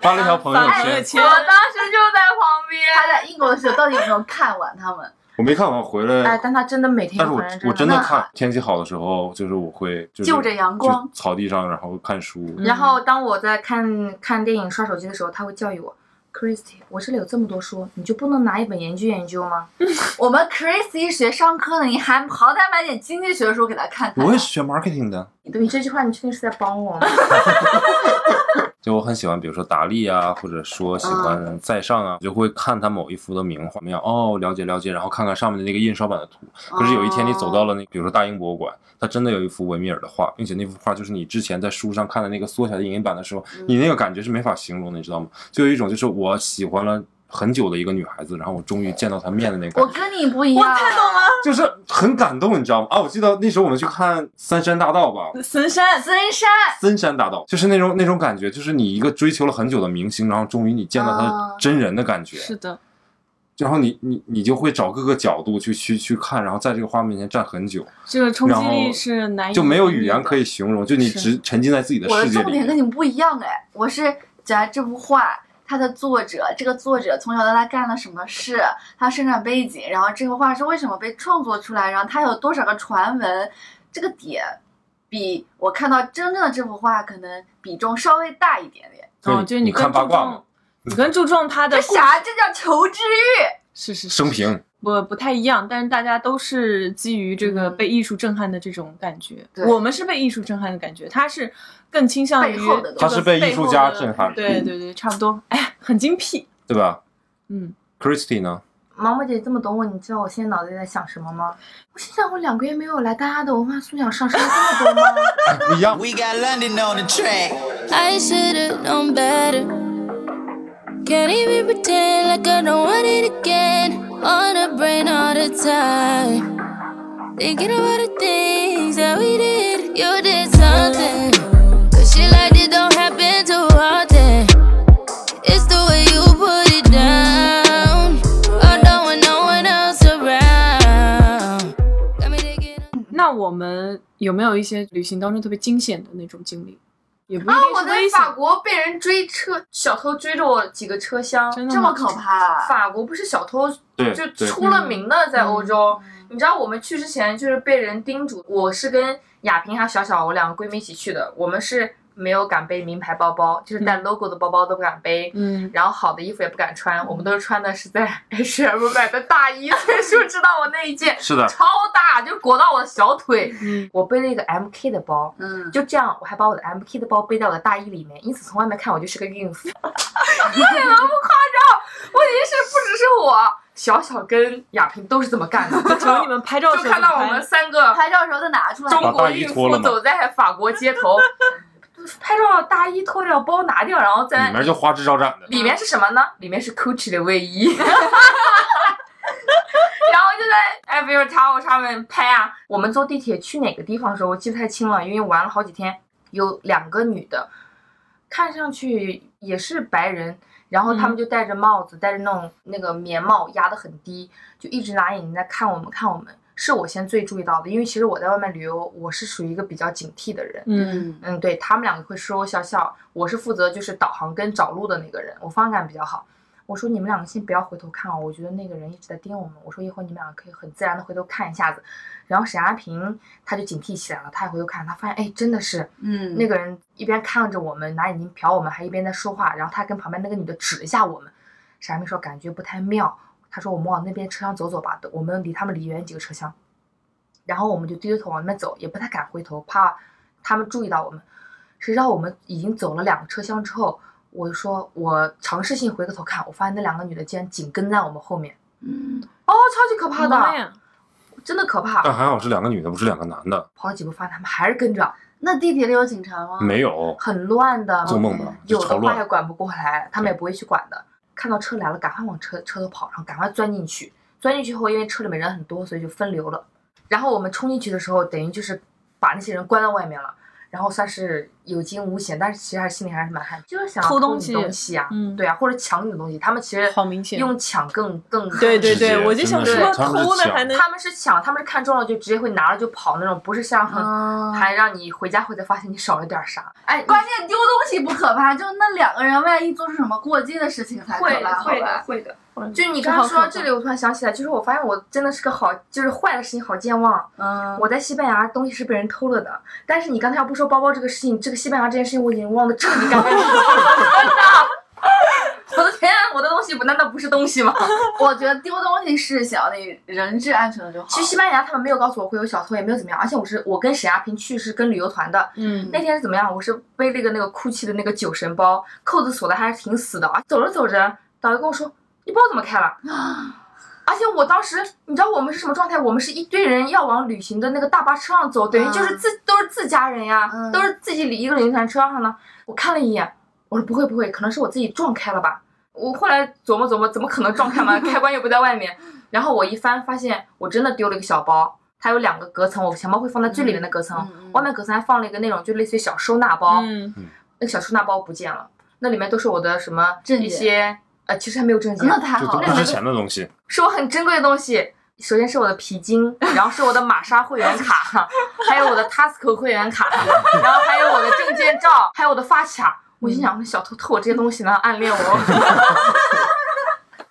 Speaker 1: 发了一条朋友
Speaker 3: 啊发朋友
Speaker 1: 圈，
Speaker 3: 圈，
Speaker 2: 时就在旁边
Speaker 4: 他在英国的时候到底有没有看完他们？
Speaker 1: 我没看完回来，
Speaker 2: 哎，但他真的每天
Speaker 1: 但是
Speaker 2: 都
Speaker 1: 我
Speaker 2: 很认
Speaker 1: 我真
Speaker 2: 地
Speaker 1: 的
Speaker 2: 看
Speaker 1: 看，天气好的时候，就是我会就是
Speaker 4: 就着阳光
Speaker 1: 就草地上，然后看书。
Speaker 2: 然后当我在看看电影、刷手机的时候，他会教育我。Christy，我这里有这么多书，你就不能拿一本研究研究吗？
Speaker 4: 我们 Chris 学商科呢，你还好歹买点经济学书给他看看。
Speaker 1: 我也是学 marketing 的，
Speaker 2: 你这句话，你确定是在帮我吗？
Speaker 1: 就我很喜欢，比如说达利啊，或者说喜欢塞尚啊，我就会看他某一幅的名画，没有哦，了解了解，然后看看上面的那个印刷版的图。可是有一天你
Speaker 4: 哦
Speaker 1: 走到了那，比如说大英博物馆，它真的有一幅维米尔的画，并且那幅画就是你之前在书上看的那个缩小的影音版的时候，你
Speaker 4: 嗯
Speaker 1: 那个感觉是没法形容的，你知道吗？就有一种就是我喜欢了很久的一个女孩子，然后我终于见到她面的那个感
Speaker 4: 我
Speaker 1: 觉。
Speaker 4: 跟你不一样，啊
Speaker 3: 我太懂了。
Speaker 1: 就是很感动，你知道吗？啊，我记得那时候我们去看《三山大道》吧，
Speaker 3: 森山，
Speaker 4: 森山，
Speaker 1: 森山大道，就是那种那种感觉，就是你一个追求了很久的明星，然后终于你见到他
Speaker 4: 啊
Speaker 1: 真人的感觉，
Speaker 3: 是的，
Speaker 1: 然后你你你就会找各个角度去去去看，然后在这个画面前站很久，
Speaker 3: 这个冲
Speaker 1: 然
Speaker 3: 击
Speaker 1: 后
Speaker 3: 力是难以
Speaker 1: 就没有语言
Speaker 3: 比拟的
Speaker 1: 可以形容，就你
Speaker 3: 是
Speaker 1: 只沉浸在自己的
Speaker 4: 我
Speaker 1: 世
Speaker 4: 的
Speaker 1: 界
Speaker 4: 重
Speaker 1: 里
Speaker 4: 点跟
Speaker 1: 面。
Speaker 4: 你不一样哎，我是讲这幅画。它的作者，这个作者从小到大干了什么事，他生长背景，然后这幅画是为什么被创作出来，然后他有多少个传闻，这个点比我看到真正的这幅画可能比重稍微大一点点。
Speaker 1: 对
Speaker 3: 哦，就是
Speaker 1: 你
Speaker 3: 更
Speaker 1: 看
Speaker 3: 注
Speaker 1: 八卦吗
Speaker 3: 重，你更注重他的
Speaker 4: 这
Speaker 3: 故事
Speaker 4: 啥？这叫求知欲。
Speaker 3: 是是是
Speaker 1: 生平，
Speaker 3: 不不太一样，但是大家都是基于这个
Speaker 4: 嗯
Speaker 3: 被艺术震撼的这种感觉。
Speaker 4: 对
Speaker 3: 我们是被艺术震撼的感觉，他是更倾向于
Speaker 4: 背后的
Speaker 3: 这个
Speaker 1: 他是被
Speaker 3: 背
Speaker 1: 艺
Speaker 3: 后
Speaker 1: 术家
Speaker 3: 的
Speaker 1: 震撼
Speaker 3: 对对对，差不多。哎呀，很精辟。
Speaker 1: 对吧
Speaker 3: 嗯，
Speaker 1: ？Christy 呢？
Speaker 2: 毛毛姐这么懂我，你知道我现在脑子里在想什么吗？我心想，我两个月没有来，大家的文化素养上升了这么多吗？
Speaker 1: 哎不一样，
Speaker 5: We got London on the track.
Speaker 6: I should've known better. Can't even pretend like I don't want it again. on the brain all the time. Thinking about the things that we did. You did something. Cause shit like this don't happen too often. It's the way you put it down. Although when no one else around. Got me thinking.
Speaker 3: 那我们有没有一些旅行当中特别惊险的那种经历？也不一
Speaker 2: 啊！
Speaker 3: 定
Speaker 2: 我
Speaker 3: 是
Speaker 2: 在
Speaker 3: 危险，
Speaker 2: 法国被人追车，小偷追着我几个车厢。
Speaker 3: 真的
Speaker 4: 这
Speaker 3: 吗
Speaker 4: 么可怕、啊
Speaker 2: 法国不是小偷
Speaker 1: 对
Speaker 2: 就
Speaker 1: 对，
Speaker 2: 出了名的，在欧洲。
Speaker 3: 嗯
Speaker 2: 你知道我们去之前就是被人叮嘱，我是跟亚萍还有小小我两个闺蜜一起去的，我们是没有敢背名牌包包，就是带 logo 的包包都不敢背。
Speaker 3: 嗯，
Speaker 2: 然后好的衣服也不敢穿，我们都是穿的是在 H&M 买的大衣，所以就知道我那一 件
Speaker 1: 是 啊的，
Speaker 2: 超大，就裹到我的小腿。
Speaker 3: 嗯
Speaker 2: 我背了一个 MK 的包，
Speaker 4: 嗯，
Speaker 2: 就这样，我还把我的 MK 的包背到了大衣里面，因此从外面看我就是个孕妇，一 点都不夸张。我已经是不只是我，小小跟亚萍都是这么干的，就
Speaker 3: 求你们拍照的
Speaker 2: 就
Speaker 3: 时候
Speaker 2: 看到我们三 个
Speaker 4: 拍照的时候再拿出来。
Speaker 2: 中
Speaker 1: 把
Speaker 2: 国
Speaker 1: 大衣
Speaker 2: 孕
Speaker 1: 脱了
Speaker 2: 妇
Speaker 1: 吗
Speaker 2: 走在法国街头，拍照大衣脱掉，包拿掉，然后在
Speaker 1: 里面就花枝招展的，
Speaker 2: 里面是什么呢？里面是 Gucci 的卫衣。 然后就在哎 Eiffel Tower 上面拍啊。我们坐地铁去哪个地方的时候，我记不太清了，因为玩了好几天。有两个女的，看上去也是白人，然后她们就戴着帽子，戴着那种那个棉帽，压得很低，就一直拿眼睛在看我们，看我们。是我先最注意到的，因为其实我在外面旅游，我是属于一个比较警惕的人。
Speaker 3: 嗯，
Speaker 2: 嗯，对他们两个会说笑笑，我是负责就是导航跟找路的那个人，我方向感比较好。我说你们两个先不要回头看哦，我觉得那个人一直在盯我们。我说一会儿你们两个可以很自然的回头看一下子。然后沈亚萍她就警惕起来了，她也回头看，她发现哎真的是
Speaker 4: 嗯，
Speaker 2: 那个人一边看着我们拿眼睛瞟我们，还一边在说话，然后他跟旁边那个女的指了一下我们。沈亚萍说感觉不太妙，她说我们往那边车厢走走吧，我们离他们离远几个车厢。然后我们就低着头往那边走，也不太敢回头，怕他们注意到我们。谁知道我们已经走了两个车厢之后，我就说我尝试性回个头看，我发现那两个女的竟然紧跟在我们后面。
Speaker 4: 嗯，
Speaker 2: 哦，超级可怕
Speaker 3: 妈
Speaker 2: 的，
Speaker 3: 呀，
Speaker 2: 真的可怕！
Speaker 1: 但还好是两个女的，不是两个男的，
Speaker 2: 跑了几步发现他们还是跟着，
Speaker 4: 那地铁里有警察吗？
Speaker 1: 没有，
Speaker 2: 很乱的。嗯
Speaker 1: 做梦吧，就
Speaker 2: 有
Speaker 1: 超
Speaker 2: 的话也
Speaker 1: 乱，
Speaker 2: 管不过来，他们也不会去管的。看到车来了，赶快往车车头跑，然后赶快钻进去。钻进去后，因为车里面人很多，所以就分流了。然后我们冲进去的时候，等于就是把那些人关到外面了，然后算是有惊无险，但是其实还是心里还是蛮害怕，就是想
Speaker 3: 偷
Speaker 2: 偷
Speaker 3: 东
Speaker 2: 你
Speaker 3: 西
Speaker 2: 东西啊，
Speaker 3: 嗯
Speaker 2: 对啊，或者抢你的东西。他们其实
Speaker 3: 好明显
Speaker 2: 用抢更更
Speaker 3: 对对
Speaker 1: 直接
Speaker 3: 对，我就想
Speaker 1: 真
Speaker 3: 说
Speaker 1: 的是他们
Speaker 3: 偷
Speaker 1: 是
Speaker 3: 呢
Speaker 1: 抢
Speaker 3: 还能
Speaker 2: 他们是抢，他们是看中了就直接会拿了就跑那种，不是像、
Speaker 3: 哦
Speaker 4: 啊
Speaker 2: 还让你回家后才发现你少了点啥。哎，
Speaker 4: 关键丢东西不可怕，就那两个人万一做出什么过激的事情才可
Speaker 2: 会的
Speaker 4: 怕，
Speaker 2: 会
Speaker 4: 好
Speaker 2: 的
Speaker 4: 吧？
Speaker 2: 会的
Speaker 3: 嗯。
Speaker 2: 就你
Speaker 3: 这
Speaker 2: 刚
Speaker 3: 好
Speaker 2: 刚说
Speaker 3: 可
Speaker 2: 到
Speaker 3: 怕
Speaker 2: 这里，我突然想起来，就是我发现我真的是个好，就是坏的事情好健忘。
Speaker 4: 嗯，
Speaker 2: 我在西班牙东西是被人偷了的，但是你刚才要不说包包这个事情，这个西班牙这件事情我已经忘得彻底干净了。真的，我的 天，啊我的东西不难道不是东西吗？
Speaker 4: 我觉得丢东西是小，你人质安全了就好。
Speaker 2: 其实西班牙他们没有告诉我会有小偷，也没有怎么样，而且我是我跟沈亚萍去是跟旅游团的，
Speaker 3: 嗯
Speaker 2: 那天是怎么样？我是背了一个那个 GUCCI 的那个酒神包，扣子锁的还是挺死的啊。走着走着，导游跟我说：“你包怎么开了？” 而且我当时，你知道我们是什么状态？我们是一堆人要往旅行的那个大巴车上走，等于就是自、都是自家人呀，
Speaker 4: 嗯
Speaker 2: 都是自己一个旅行团车上呢。我看了一眼，我说不会不会，可能是我自己撞开了吧。我后来琢磨琢磨，怎么可能撞开嘛？ 开关又不在外面。然后我一翻，发现我真的丢了一个小包，它有两个隔层，我钱包会放在最里面的隔层，
Speaker 4: 嗯嗯嗯
Speaker 2: 外面隔层还放了一个那种就类似于小收纳包，
Speaker 3: 嗯
Speaker 2: 那个小收纳包不见了，那里面都是我的什么
Speaker 4: 证件
Speaker 2: 一些呃，其实还没有证件，
Speaker 4: 那太
Speaker 1: 就
Speaker 4: 好
Speaker 1: 都
Speaker 4: 了
Speaker 1: 不，值钱的东西，
Speaker 2: 是我很珍贵的东西。首先是我的皮筋，然后是我的玛莎会员卡， 还有我的 Tasco 会员卡，然后还有我的证件照，还有我的发卡。我心想，那小偷偷我这些东西呢，暗恋我。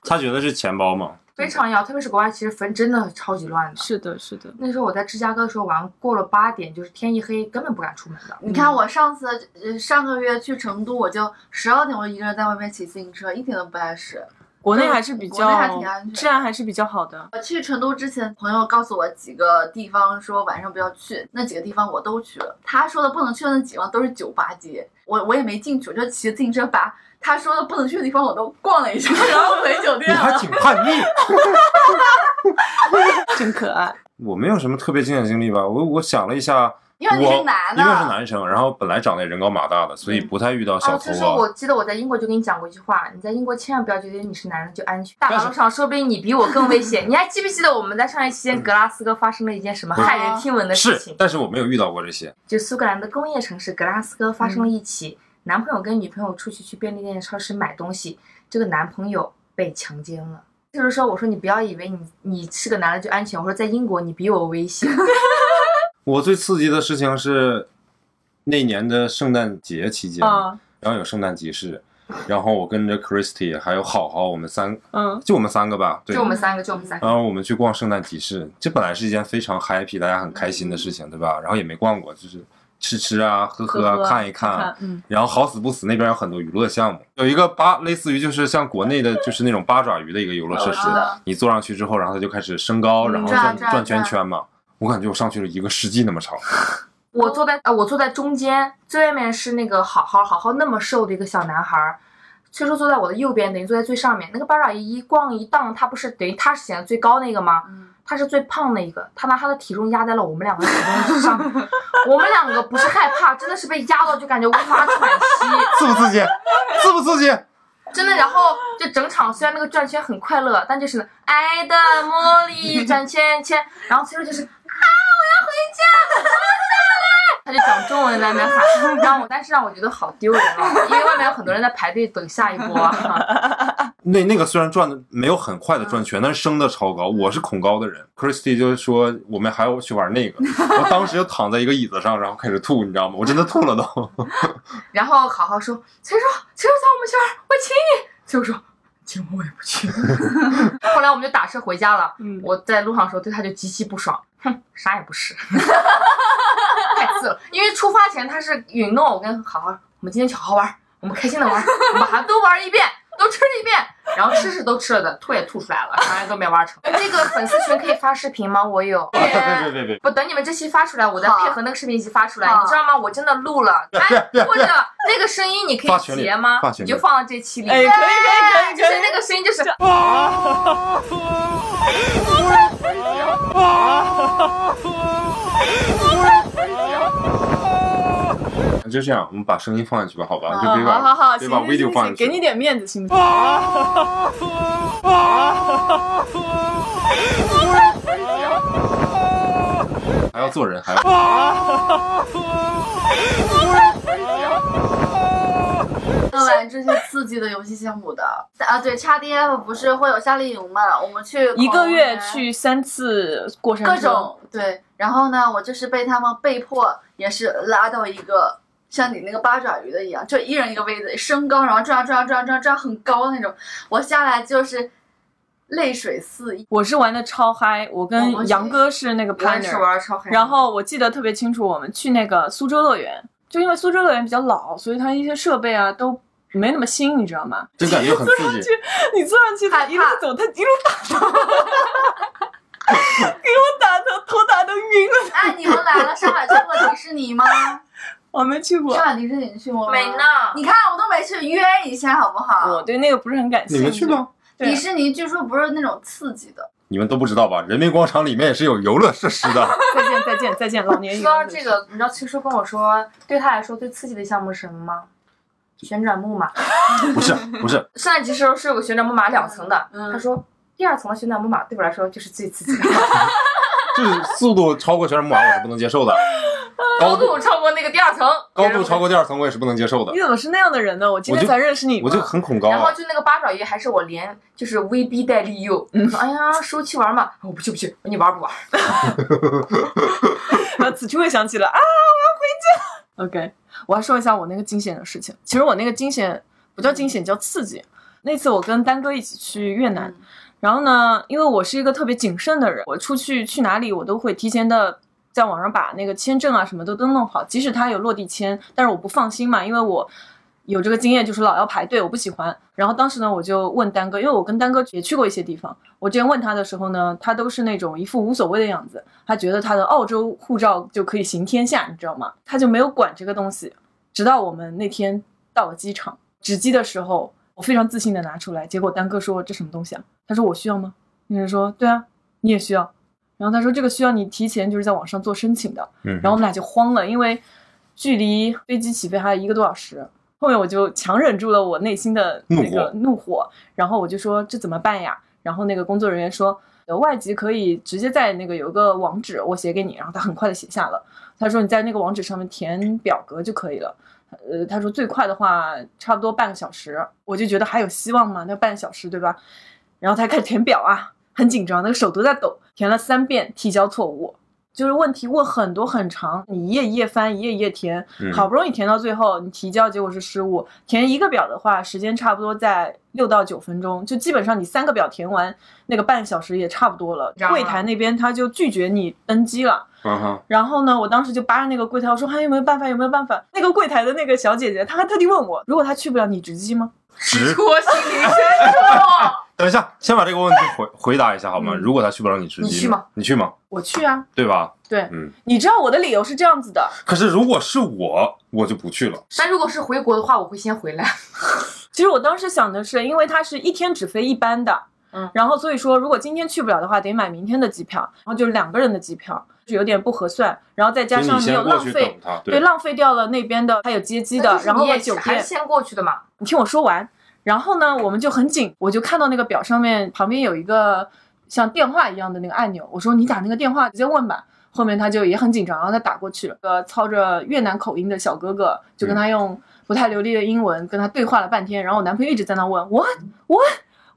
Speaker 1: 他觉得是钱包嘛，
Speaker 2: 非常要，特别是国外，其实坟真的超级乱的。
Speaker 3: 是的，是的，
Speaker 2: 那时候我在芝加哥的时候玩过了八点，就是天一黑根本不敢出门的。
Speaker 4: 你看我上次呃上个月去成都，我就十二点我一个人在外面骑自行车，一点都不碍事。
Speaker 3: 国内还是比
Speaker 4: 国内还
Speaker 3: 较
Speaker 4: 挺安全
Speaker 3: 治安还是比较好的，
Speaker 4: 我去成都之前，朋友告诉我几个地方，说晚上不要去，那几个地方我都去了。他说的不能去的那几个地方都是酒吧街，我我也没进去，我就骑着自行车把他说的不能去的地方我都逛了一圈，然后回酒
Speaker 1: 你
Speaker 4: 店
Speaker 1: 还
Speaker 4: 了。
Speaker 1: 挺叛逆。
Speaker 3: 真可爱。
Speaker 1: 我没有什么特别惊险经历吧，我我想了一下，
Speaker 4: 因为你
Speaker 1: 我
Speaker 4: 是男的，嗯
Speaker 1: 因为是男生，然后本来长得也人高马大的，所以不太遇到小啊
Speaker 2: 哦，
Speaker 1: 头
Speaker 2: 就是
Speaker 1: 发。
Speaker 2: 我记得我在英国就跟你讲过一句话，你在英国千万不要觉得你是男人就安全，大马
Speaker 1: 但
Speaker 2: 路
Speaker 1: 是
Speaker 2: 上说不定你比我更危险。你还记不记得我们在上一期间格拉斯哥发生了一件什么
Speaker 1: 嗯
Speaker 2: 骇人听闻的事
Speaker 1: 啊是
Speaker 2: 情，？
Speaker 1: 但是我没有遇到过这些。
Speaker 2: 就苏格兰的工业城市格拉斯哥发生
Speaker 1: 嗯
Speaker 2: 了一起、男朋友跟女朋友出去去便利店超市买东西，这个男朋友被强奸了。就是说，我说你不要以为你你是个男的就安全，我说在英国你比我危险。
Speaker 1: 我最刺激的事情是那年的圣诞节期间，
Speaker 3: 嗯
Speaker 1: 然后有圣诞集市，然后我跟着 Christy 还有好好，我们三
Speaker 3: 嗯，
Speaker 1: 就我们三个吧，对
Speaker 2: 就我，们三个，就我们三个，
Speaker 1: 然后我们去逛圣诞集市，这本来是一件非常 happy、大家很开心的事情，对吧？然后也没逛过，就是吃吃啊、喝喝啊、
Speaker 3: 呵呵
Speaker 1: 看一看啊。
Speaker 3: 看嗯
Speaker 1: 然后好死不死那边有很多娱乐项目，有一个八类似于就是像国内的就是那种八爪哦鱼的一个游乐设施
Speaker 4: 我知道，
Speaker 1: 你坐上去之后，然后它就开始升高，然后转
Speaker 2: 转转
Speaker 1: 转圈圈嘛。我感觉我上去了一个世纪那么长，
Speaker 2: 我坐在呃，我坐在中间，最外面是那个好好好好那么瘦的一个小男孩儿，崔叔坐在我的右边，等于坐在最上面。那个八爪鱼一逛一荡，他不是等于他是显得最高那个吗？
Speaker 4: 嗯
Speaker 2: 他是最胖那一个，他拿他的体重压在了我们两个体重之上 面。我们两个不是害怕，真的是被压到就感觉无法喘息，
Speaker 1: 刺不刺 激？刺不刺激？
Speaker 2: 真的。然后就整场虽然那个转圈很快乐，但就是爱的魔力转圈圈，然后崔叔就是啊我要回家，我要回家了，他就讲中文在那边喊，让我但是让我觉得好丢人啊，因为外面有很多人在排队等下一波啊、
Speaker 1: 那那个虽然转的没有很快的转
Speaker 3: 嗯
Speaker 1: 圈，但是升的超高。我是恐高的人，Christy 就说我们还要去玩那个，我当时就躺在一个椅子上，然后开始吐，你知道吗？我真的吐了都。
Speaker 2: 然后好好说，崔叔，崔叔找我们去玩，我请你。崔叔说，请我我也不去。后来我们就打车回家了。
Speaker 3: 嗯
Speaker 2: 我在路上的时候对他就极其不爽，哼，啥也不是， 太次了。因为出发前他是允诺我跟好好，我们今天去好好玩，我们开心的玩，我们把它都玩一遍，都吃一遍。然后吃是都吃了的，吐也吐出来了，啥也都没玩成。 这个粉丝群可以发视频吗？我有。
Speaker 3: 哎
Speaker 1: 别别别别！
Speaker 2: 我等你们这期发出来，我再
Speaker 4: 好
Speaker 2: 配合那个视频一起发出来，
Speaker 4: 好
Speaker 2: 你知道吗？我真的 录了，哎，或者那个声音你可
Speaker 1: 发
Speaker 2: 以
Speaker 1: 群里
Speaker 2: 截吗
Speaker 1: 发？群
Speaker 2: 你
Speaker 1: 里
Speaker 2: 就放到这期里
Speaker 3: 哎，可以
Speaker 2: 面。
Speaker 3: 可以可
Speaker 2: 就
Speaker 3: 以
Speaker 2: 是
Speaker 3: 可以
Speaker 2: 那个声音，就是
Speaker 1: 就这样，我们把声音放进去吧，好吧？就
Speaker 3: 啊，
Speaker 1: 别
Speaker 3: 好
Speaker 1: 把
Speaker 3: 好好，
Speaker 1: 别
Speaker 3: 行
Speaker 1: 把
Speaker 3: 行
Speaker 1: video
Speaker 3: 行
Speaker 1: 放
Speaker 3: 行，
Speaker 1: 进去。
Speaker 3: 给你点面子行不行？
Speaker 2: 哦
Speaker 5: Oh!
Speaker 1: 还要做人，还要。
Speaker 4: 们玩这些刺激的游戏项目的啊，对，XDF 不是会有夏令营嘛？我们去
Speaker 3: 一个月
Speaker 4: 狂欢
Speaker 3: 去三次过
Speaker 2: 嗯
Speaker 3: 山车，
Speaker 4: 各种对，然后呢，我就是被他们被迫也是拉到一个像你那个八爪鱼的一样，就一人一个位子，升高，然后转啊转啊转啊转啊转啊很高那种，我下来就是泪水四溢。
Speaker 3: 我是玩的超嗨，我
Speaker 4: 我
Speaker 3: 跟
Speaker 4: 是
Speaker 3: 杨哥是那个
Speaker 2: 我也是
Speaker 3: partner，
Speaker 2: 玩超黑。
Speaker 3: 然后我记得特别清楚，我们去那个苏州乐园，就因为苏州乐园比较老，所以它一些设备啊都没那么新，你知道吗？
Speaker 1: 真感觉很刺激，
Speaker 3: 你坐上去，它一路
Speaker 4: 害怕
Speaker 3: 走，它一路打 头，给我打头，头打都晕了。
Speaker 4: 哎，你们来了，上海去过迪士 尼吗？
Speaker 3: 我没去过
Speaker 4: 上，海迪士尼去过吗？
Speaker 2: 没呢。，
Speaker 4: 你看我都没去，约一下好不
Speaker 3: 我
Speaker 4: 好？
Speaker 3: 对那个不是很感兴
Speaker 1: 你
Speaker 3: 趣。
Speaker 1: 们去吧。
Speaker 3: 对
Speaker 2: 啊
Speaker 4: 迪士尼据说不是那种刺激的，
Speaker 1: 你们都不知道吧？人民广场里面也是有游乐设施的。
Speaker 3: 再见，再见，再见，老
Speaker 1: 哎
Speaker 3: 年娱
Speaker 2: 说
Speaker 3: 乐
Speaker 2: 到这，个，你知道崔叔跟我说，对他来说最刺激的项目是什么吗？旋转木马。
Speaker 1: 不是不是，
Speaker 2: 圣诞节时候是有个旋转木马两层的，
Speaker 4: 嗯
Speaker 2: 他说第二层的旋转木马对我来说就是最刺激
Speaker 1: 嗯
Speaker 2: 的，
Speaker 1: 就是速度超过旋转木马，我是不能接 受的。高
Speaker 3: 呃
Speaker 2: 高
Speaker 1: 度
Speaker 2: 度超过那个第二层，
Speaker 1: 高度超过第二层，我也是不能接受的
Speaker 3: 你。怎么是那样的人呢？我今
Speaker 1: 我
Speaker 3: 天
Speaker 1: 就
Speaker 3: 才认识你嘛，
Speaker 1: 我就很恐高
Speaker 2: 然后
Speaker 1: 啊！
Speaker 2: 就那个八爪鱼，还是我连就是威逼带利诱，
Speaker 1: 嗯
Speaker 2: 说哎呀，叔去玩嘛，哦我不去不去，你玩不玩？
Speaker 3: 然后此处又想起了啊，我要回家。OK，我要说一下我那个惊险的事情。其实我那个惊险不叫惊险，叫刺激。那次我跟丹哥一起去越南，然后呢，因为我是一个特别谨慎的人，我出去去哪里我都会提前的在网上把那个签证啊什么的都弄好，即使他有落地签，但是我不放心嘛，因为我。有这个经验，就是老要排队，我不喜欢。然后当时呢，我就问丹哥，因为我跟丹哥也去过一些地方，我之前问他的时候呢，他都是那种一副无所谓的样子，他觉得他的澳洲护照就可以行天下，你知道吗？他就没有管这个东西。直到我们那天到了机场值机的时候，我非常自信的拿出来，结果丹哥说这什么东西啊？他说我需要吗？那人说对啊，你也需要。然后他说这个需要你提前就是在网上做申请的，
Speaker 1: 嗯，
Speaker 3: 然后我们俩就慌了，因为距离飞机起飞还有一个多小时。后面我就强忍住了我内心的那个怒火，然后我就说这怎么办呀？然后那个工作人员说，呃外籍可以直接在那个有一个网址，我写给你。然后他很快的写下了，他说你在那个网址上面填表格就可以了。呃，他说最快的话差不多半个小时，我就觉得还有希望嘛，那半个小时对吧？然后他开始填表啊，很紧张，那个手都在抖，填了三遍提交错误，就是问题问很多很长，你一页一页翻，一页一页填，
Speaker 1: 嗯
Speaker 3: 好不容易填到最后，你提交结果是失误。填一个表的话，时间差不多在六到九分钟，就基本上你三个表填完，那个半小时也差不多了
Speaker 2: 然。后
Speaker 3: 柜台那边他就拒绝你登机了。
Speaker 1: 嗯哼，
Speaker 3: 然后呢，我当时就扒着那个柜台，我说还啊有没有办法？有没有办法？那个柜台的那个小姐姐，她还特地问我，如果她去不了，你值机吗？
Speaker 1: 直
Speaker 2: 戳心灵深处。
Speaker 1: 等一下，先把这个问题 回回答一下好吗？
Speaker 3: 嗯
Speaker 1: 如果他去不了你直
Speaker 2: 你去
Speaker 1: 机
Speaker 2: 吗，
Speaker 1: 你去吗？
Speaker 3: 我去啊，
Speaker 1: 对吧？
Speaker 3: 对，
Speaker 1: 嗯。
Speaker 3: 你知道我的理由是这样子的。
Speaker 1: 可是如果是我，我就不去了。
Speaker 2: 但如果是回国的话，我会先回来。
Speaker 3: 其实我当时想的是，因为它是一天只飞一班的，
Speaker 2: 嗯
Speaker 3: 然后所以说如果今天去不了的话，得买明天的机票，然后就是两个人的机票，就有点不合算，然后再加
Speaker 1: 所以
Speaker 3: 上
Speaker 1: 你
Speaker 3: 有
Speaker 1: 先过
Speaker 3: 浪
Speaker 1: 去
Speaker 3: 费
Speaker 1: 等。他，
Speaker 3: 对，浪费掉了那边的还有接机
Speaker 2: 那
Speaker 3: 的
Speaker 2: 就，是
Speaker 3: 然后
Speaker 2: 你
Speaker 3: 和
Speaker 2: 也
Speaker 3: 酒店
Speaker 2: 还是，先过去的嘛。
Speaker 3: 你听我说完。然后呢，我们就很紧，我就看到那个表上面旁边有一个像电话一样的那个按钮，我说你打那个电话直接问吧。后面他就也很紧张，然后他打过去了，呃，操着越南口音的小哥哥就跟他用不太流利的英文跟他对话了半天，然后我男朋友一直在那问 what what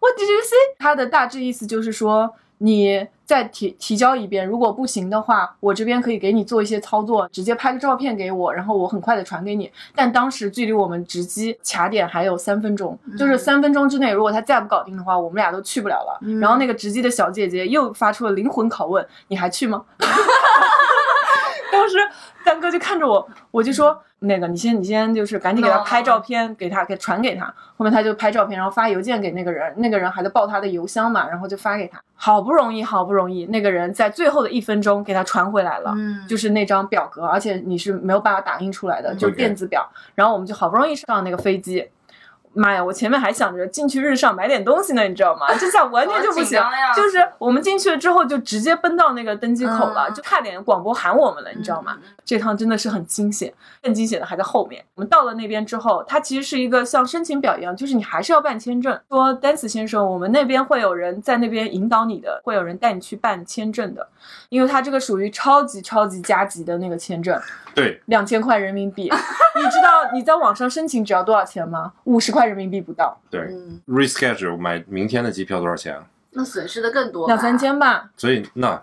Speaker 3: what did you say？他的大致意思就是说你再提提交一遍，如果不行的话，我这边可以给你做一些操作，直接拍个照片给我，然后我很快的传给你。但当时距离我们值机卡点还有三分钟，就是三分钟之内，如果他再不搞定的话，我们俩都去不了了。
Speaker 4: 嗯
Speaker 3: 然后那个值机的小姐姐又发出了灵魂拷问：“你还去吗？” 当时丹哥就看着我，我就说：“那个，你先，你先，就是赶紧给他
Speaker 2: No
Speaker 3: 拍照片，给他给传给他。”后面他就拍照片，然后发邮件给那个人，那个人还得报他的邮箱嘛，然后就发给他。好不容易，好不容易，那个人在最后的一分钟给他传回来了。
Speaker 4: 嗯
Speaker 3: 就是那张表格，而且你是没有办法打印出来的，
Speaker 4: 嗯
Speaker 3: 就是电子表。然后我们就好不容易上那个飞机，妈呀！我前面还想着进去日上买点东西呢，你知道 吗？这下完全就不
Speaker 2: 紧
Speaker 3: 行
Speaker 2: 张的呀，
Speaker 3: 就是我们进去了之后就直接奔到那个登机口了，
Speaker 4: 嗯
Speaker 3: 就差点广播喊我们了，你知道吗？嗯这趟真的是很惊险，更惊险的还在后面。我们到了那边之后，它其实是一个像申请表一样，就是你还是要办签证。说 Dance 先生，我们那边会有人在那边引导你的，会有人带你去办签证的，因为它这个属于超级超级加急的那个签证，
Speaker 1: 对，
Speaker 3: 两千块人民币。 你知道你在网上申请只要多少钱吗？五十块人民币不到，
Speaker 1: 对
Speaker 4: 嗯，
Speaker 1: reschedule 买明天的机票多少钱？
Speaker 4: 那损失的更多，
Speaker 3: 两三。千吧。
Speaker 1: 所以那，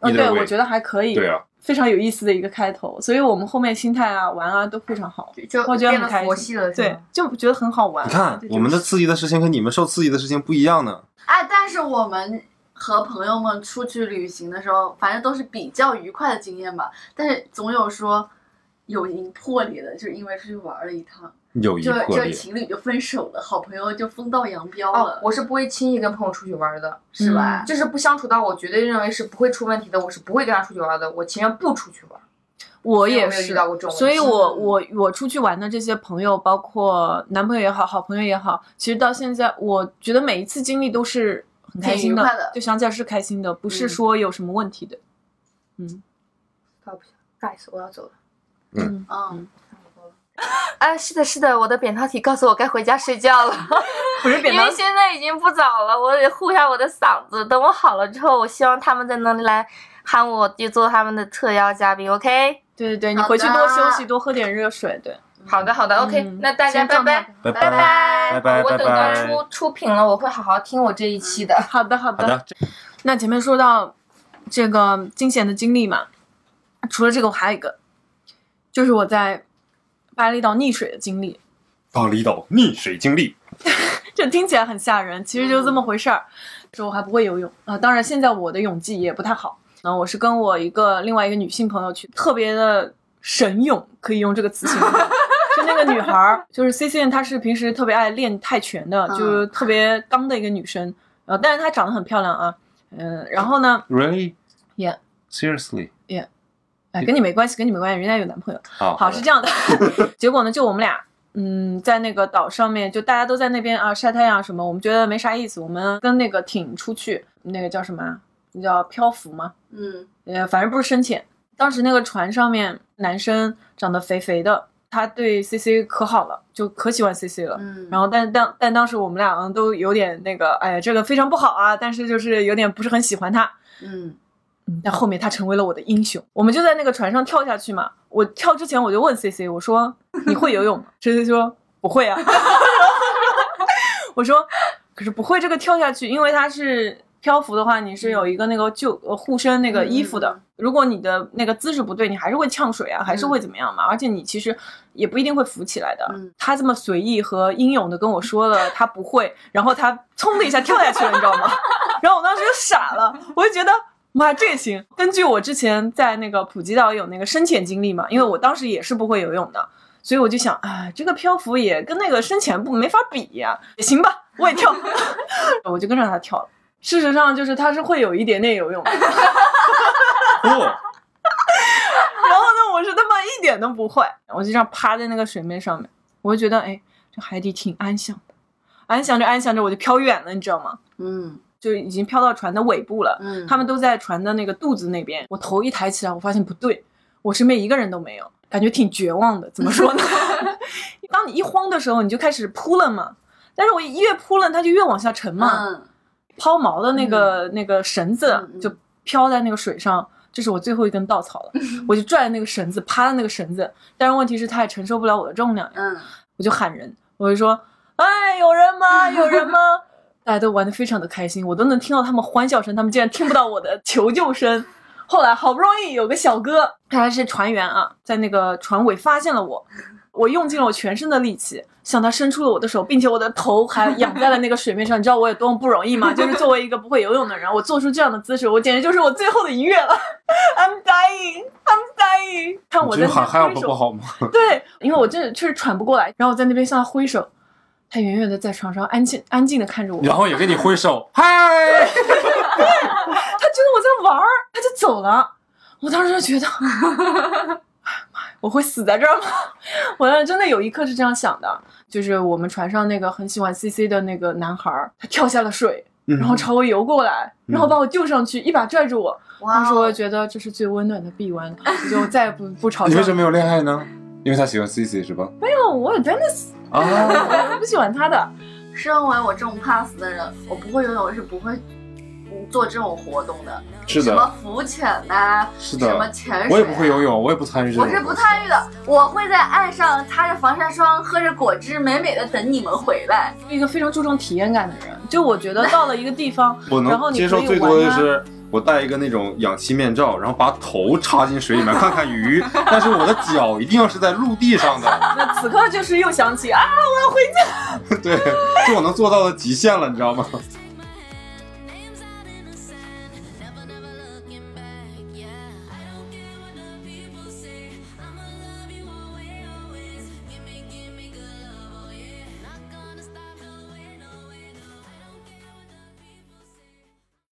Speaker 3: 嗯，对，
Speaker 1: either way，
Speaker 3: 我觉得还可以。
Speaker 1: 对啊，
Speaker 3: 非常有意思的一个开头，所以我们后面心态啊、玩啊都非常好，
Speaker 2: 就
Speaker 3: 我觉得
Speaker 2: 变
Speaker 3: 很
Speaker 2: 得
Speaker 3: 开
Speaker 2: 佛
Speaker 3: 心
Speaker 2: 系了，是
Speaker 3: 对
Speaker 2: 吗，
Speaker 3: 就觉得很好玩。
Speaker 1: 你看
Speaker 3: 啊这就是
Speaker 1: 我们的刺激的事情和你们受刺激的事情不一样呢。
Speaker 4: 哎，但是我们和朋友们出去旅行的时候，反正都是比较愉快的经验吧。但是总有说友情破裂的，就是因为出去玩了一趟，
Speaker 1: 友谊
Speaker 4: 就
Speaker 1: 破
Speaker 4: 就
Speaker 1: 裂，
Speaker 4: 情侣就分手了，好朋友就分道扬镳
Speaker 2: 哦
Speaker 4: 了，，
Speaker 2: 我是不会轻易跟朋友出去玩的，
Speaker 4: 是吧？
Speaker 2: 就是不相处到我绝对认为是不会出问题的，我是不会跟他出去玩的，我情愿不出去玩。
Speaker 3: 我
Speaker 2: 所以
Speaker 3: 也
Speaker 2: 我没有
Speaker 3: 是
Speaker 2: 遇到过这种
Speaker 3: 所以
Speaker 2: 问题
Speaker 3: 我我我出去玩的这些朋友，包括男朋友也好，好朋友也好，其实到现在，我觉得每一次经历都是很开心
Speaker 4: 挺愉快的
Speaker 3: 就想起来是开心的，不是
Speaker 4: 嗯
Speaker 3: 说有什么问题的。
Speaker 2: 到不行，guys，我要走了。
Speaker 4: 嗯，
Speaker 2: 哎，是的，是的，我的扁桃体告诉我该回家睡觉 了，
Speaker 3: 不是扁
Speaker 2: 因
Speaker 3: 担
Speaker 2: 为，现在已经不早了，我得护一下我的嗓子。等我好了之后，我希望他们再能来喊我，就做他们的特邀嘉宾，OK？
Speaker 3: 对对对，你
Speaker 4: 好的
Speaker 3: 回去多休息，多喝点热水。对
Speaker 2: 好的，好的，OK，、
Speaker 3: 嗯
Speaker 2: 那大家
Speaker 3: 先
Speaker 2: 拜
Speaker 3: 状态
Speaker 1: 拜
Speaker 2: 拜。拜
Speaker 1: 拜拜
Speaker 2: 我
Speaker 1: 拜
Speaker 2: 等到
Speaker 1: 拜。
Speaker 2: 出出品了，我会好好听我这一期的。
Speaker 3: 好的好
Speaker 1: 好
Speaker 3: 的。
Speaker 1: 的，
Speaker 3: 那前面说到这个惊险的经历嘛，除了这个，我还有一个，就是我在巴厘岛溺水的经历。
Speaker 1: 巴厘岛溺水经历，
Speaker 3: 这听起来很吓人，其实就这么回事儿。说我还不会游泳啊，当然现在我的泳技也不太好。嗯、我是跟我一个另外一个女性朋友去，特别的神勇，可以用这个词形容。就那个女孩儿，就是 C C N，她是平时特别爱练泰拳的，
Speaker 4: 嗯
Speaker 3: 就是特别刚的一个女生。呃，但是她长得很漂亮啊，嗯、然后呢，
Speaker 1: Really?
Speaker 3: Yeah.
Speaker 1: Seriously?
Speaker 3: 哎，跟你没关系，跟你没关系，人家有男朋友。
Speaker 1: 好，
Speaker 3: 好，是这样的。结果呢，就我们俩，嗯，在那个岛上面，就大家都在那边啊晒太阳什么，我们觉得没啥意思，我们跟那个艇出去，那个叫什么啊你知道漂浮吗？
Speaker 4: 嗯，
Speaker 3: 呃，反正不是深潜。当时那个船上面男生长得肥肥的，他对 C C 可好了，就可喜欢 C C 了。
Speaker 4: 嗯
Speaker 3: 然后但但但当时我们俩都有点那个，哎呀，这个非常不好啊，但是就是有点不是很喜欢他。
Speaker 4: 嗯
Speaker 3: 嗯，但后面他成为了我的英雄。我们就在那个船上跳下去嘛。我跳之前我就问 C C，我说你会游泳吗？C C 说不会啊。 我说可是不会这个跳下去，因为它是漂浮的话，你是有一个那个救呃护身那个衣服的。
Speaker 4: 嗯
Speaker 3: 如果你的那个姿势不对，你还是会呛水啊，还是会怎么样嘛？而且你其实也不一定会浮起来的。
Speaker 4: 嗯
Speaker 3: 他这么随意和英勇的跟我说了他不会，然后他冲的一下跳下去了，你知道吗？ 然后我当时就傻了，我就觉得。妈，这也行！根据我之前在那个普吉岛有那个深潜经历嘛，因为我当时也是不会游泳的，所以我就想，哎，这个漂浮也跟那个深潜不没法比呀、也行吧，我也跳， 我就跟着他跳了。事实上，就是他是会有一点点游泳的，然
Speaker 1: 哦，
Speaker 3: 后呢，我是他妈一点都不会，我就这样趴在那个水面上面，我就觉得，哎，这海底挺安详的，安详着安详着，我就飘远了，你知道吗？
Speaker 4: 嗯
Speaker 3: 就已经飘到船的尾部了，
Speaker 4: 嗯，
Speaker 3: 他们都在船的那个肚子那边。我头一抬起来，我发现不对，我身边一个人都没有，感觉挺绝望的。怎么说呢？ 当你一慌的时候，你就开始扑棱嘛。但是我越扑棱，它就越往下沉嘛。
Speaker 4: 嗯
Speaker 3: 抛锚的那个、那个绳子
Speaker 4: 嗯嗯
Speaker 3: 就飘在那个水上，这是我最后一根稻草 了。我就拽那个绳子，趴在那个绳子，但是问题是它也承受不了我的重量呀。
Speaker 4: 嗯
Speaker 3: 我就喊人，我就说：“哎，有人吗？有人吗？” 大家都玩的非常的开心，我都能听到他们欢笑声，他们竟然听不到我的求救声。后来好不容易有个小哥，他还是船员啊，在那个船尾发现了我，我用尽了我全身的力气向他伸出了我的手，并且我的头还仰在了那个水面上。你知道我有多么不容易吗？就是作为一个不会游泳的人，我做出这样的姿势，我简直就是我最后的一跃了。I'm dying, I'm dying。看我
Speaker 1: 你
Speaker 3: 在
Speaker 1: 觉
Speaker 3: 那
Speaker 1: 得喊
Speaker 3: 挥
Speaker 1: help
Speaker 3: 手
Speaker 1: 不好吗？
Speaker 3: 对，因为我真的确实喘不过来，然后我在那边向他挥手，他远远的在床上安静安静的看着我，
Speaker 1: 然后也跟你挥手，嗨，
Speaker 3: 他觉得我在玩儿，他就走了。我当时就觉得 哎呀妈呀，我会死在这儿吗？ 我当时真的有一刻是这样想的，就是我们船上那个很喜欢 CC 的那个男孩儿，他跳下了水，
Speaker 1: 嗯
Speaker 3: 然后朝我游过来，然后把我救上去，一把拽住我。
Speaker 4: 哇
Speaker 3: 当时我
Speaker 4: 哦，
Speaker 3: 觉得这是最温暖的臂弯，我就再也不不嘲
Speaker 1: 你为什
Speaker 3: 笑
Speaker 1: 么没有恋爱呢？因为他喜欢 CC 是吧？
Speaker 3: 没有， 我有 Dennis，
Speaker 1: 啊，
Speaker 3: 我不喜欢他的。
Speaker 4: 身为我这种怕死的人，我不会游泳是不会做这种活动的，
Speaker 1: 是
Speaker 4: 什么
Speaker 1: 的，
Speaker 4: 浮潜呐、
Speaker 1: 是
Speaker 4: 什么
Speaker 1: 的，
Speaker 4: 潜水、啊，
Speaker 1: 我也不会游泳，我也不参与这
Speaker 4: 我
Speaker 1: 种。，
Speaker 4: 是不参与的，我会在岸上擦着防晒霜，喝着果汁，美美的等你们回来。
Speaker 3: 是一个非常注重体验感的人。就我觉得到了一个地方
Speaker 1: 我
Speaker 3: 然后
Speaker 1: 能
Speaker 3: 你
Speaker 1: 接受
Speaker 3: 可以
Speaker 1: 最多的
Speaker 3: 玩啊
Speaker 1: 是我戴一个那种氧气面罩，然后把头插进水里面看看鱼，但是我的脚一定要是在陆地上的，
Speaker 3: 那此啊刻就是又想起啊，我要回家。
Speaker 1: 对，是我能做到的极限了，你知道吗？
Speaker 6: oh,